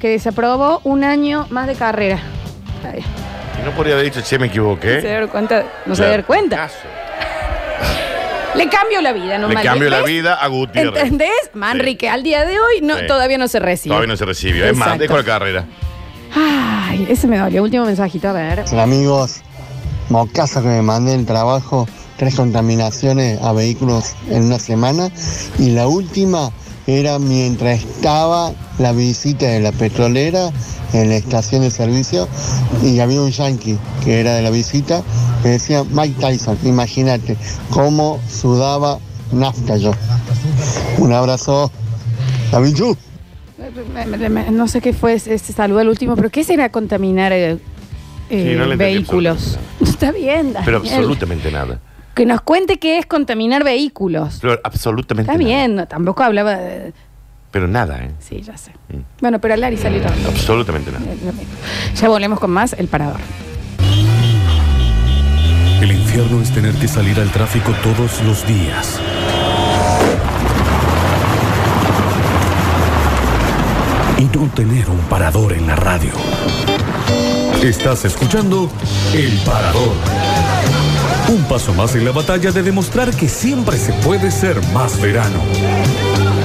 Speaker 2: que desaprobó un año más de carrera. Está bien.
Speaker 1: Y no podría haber dicho, che,
Speaker 2: No
Speaker 1: me
Speaker 2: se
Speaker 1: equivoqué.
Speaker 2: dieron cuenta. No se
Speaker 1: Claro.
Speaker 2: dieron cuenta. Le cambio la vida, ¿no?
Speaker 1: ah. Le
Speaker 2: Manrique?
Speaker 1: cambio la vida a Gutiérrez.
Speaker 2: ¿Entendés? Manrique, al día de hoy no,
Speaker 1: Sí.
Speaker 2: todavía no se recibe.
Speaker 1: Todavía no se recibió. Es más,
Speaker 2: Exacto.
Speaker 1: dejo la carrera.
Speaker 2: Ay, ese me dolió. Último mensajito, a ver.
Speaker 13: Amigos, mocazo que me mandé el trabajo, tres contaminaciones a vehículos en una semana y la última era mientras estaba la visita de la petrolera en la estación de servicio y había un yankee que era de la visita que decía Mike Tyson, imagínate cómo sudaba nafta yo. Un abrazo, David Yu.
Speaker 2: Me- me- me- No sé qué fue ese, ese saludo al último, pero ¿qué será contaminar eh, eh,
Speaker 1: Sí, no le entendí
Speaker 2: vehículos? Está bien, Daniel.
Speaker 1: Pero absolutamente nada.
Speaker 2: Que nos cuente qué es contaminar vehículos.
Speaker 1: Pero absolutamente
Speaker 2: Está
Speaker 1: nada.
Speaker 2: bien, no, tampoco hablaba de...
Speaker 1: Pero nada, ¿eh?
Speaker 2: Sí, ya sé. Bueno, pero a Lari salió todo.
Speaker 1: Mm. Absolutamente nada.
Speaker 2: Ya volvemos con más El Parador.
Speaker 3: El infierno es tener que salir al tráfico todos los días. Y no tener un parador en la radio. Estás escuchando El Parador. Un paso más en la batalla de demostrar que siempre se puede ser más verano.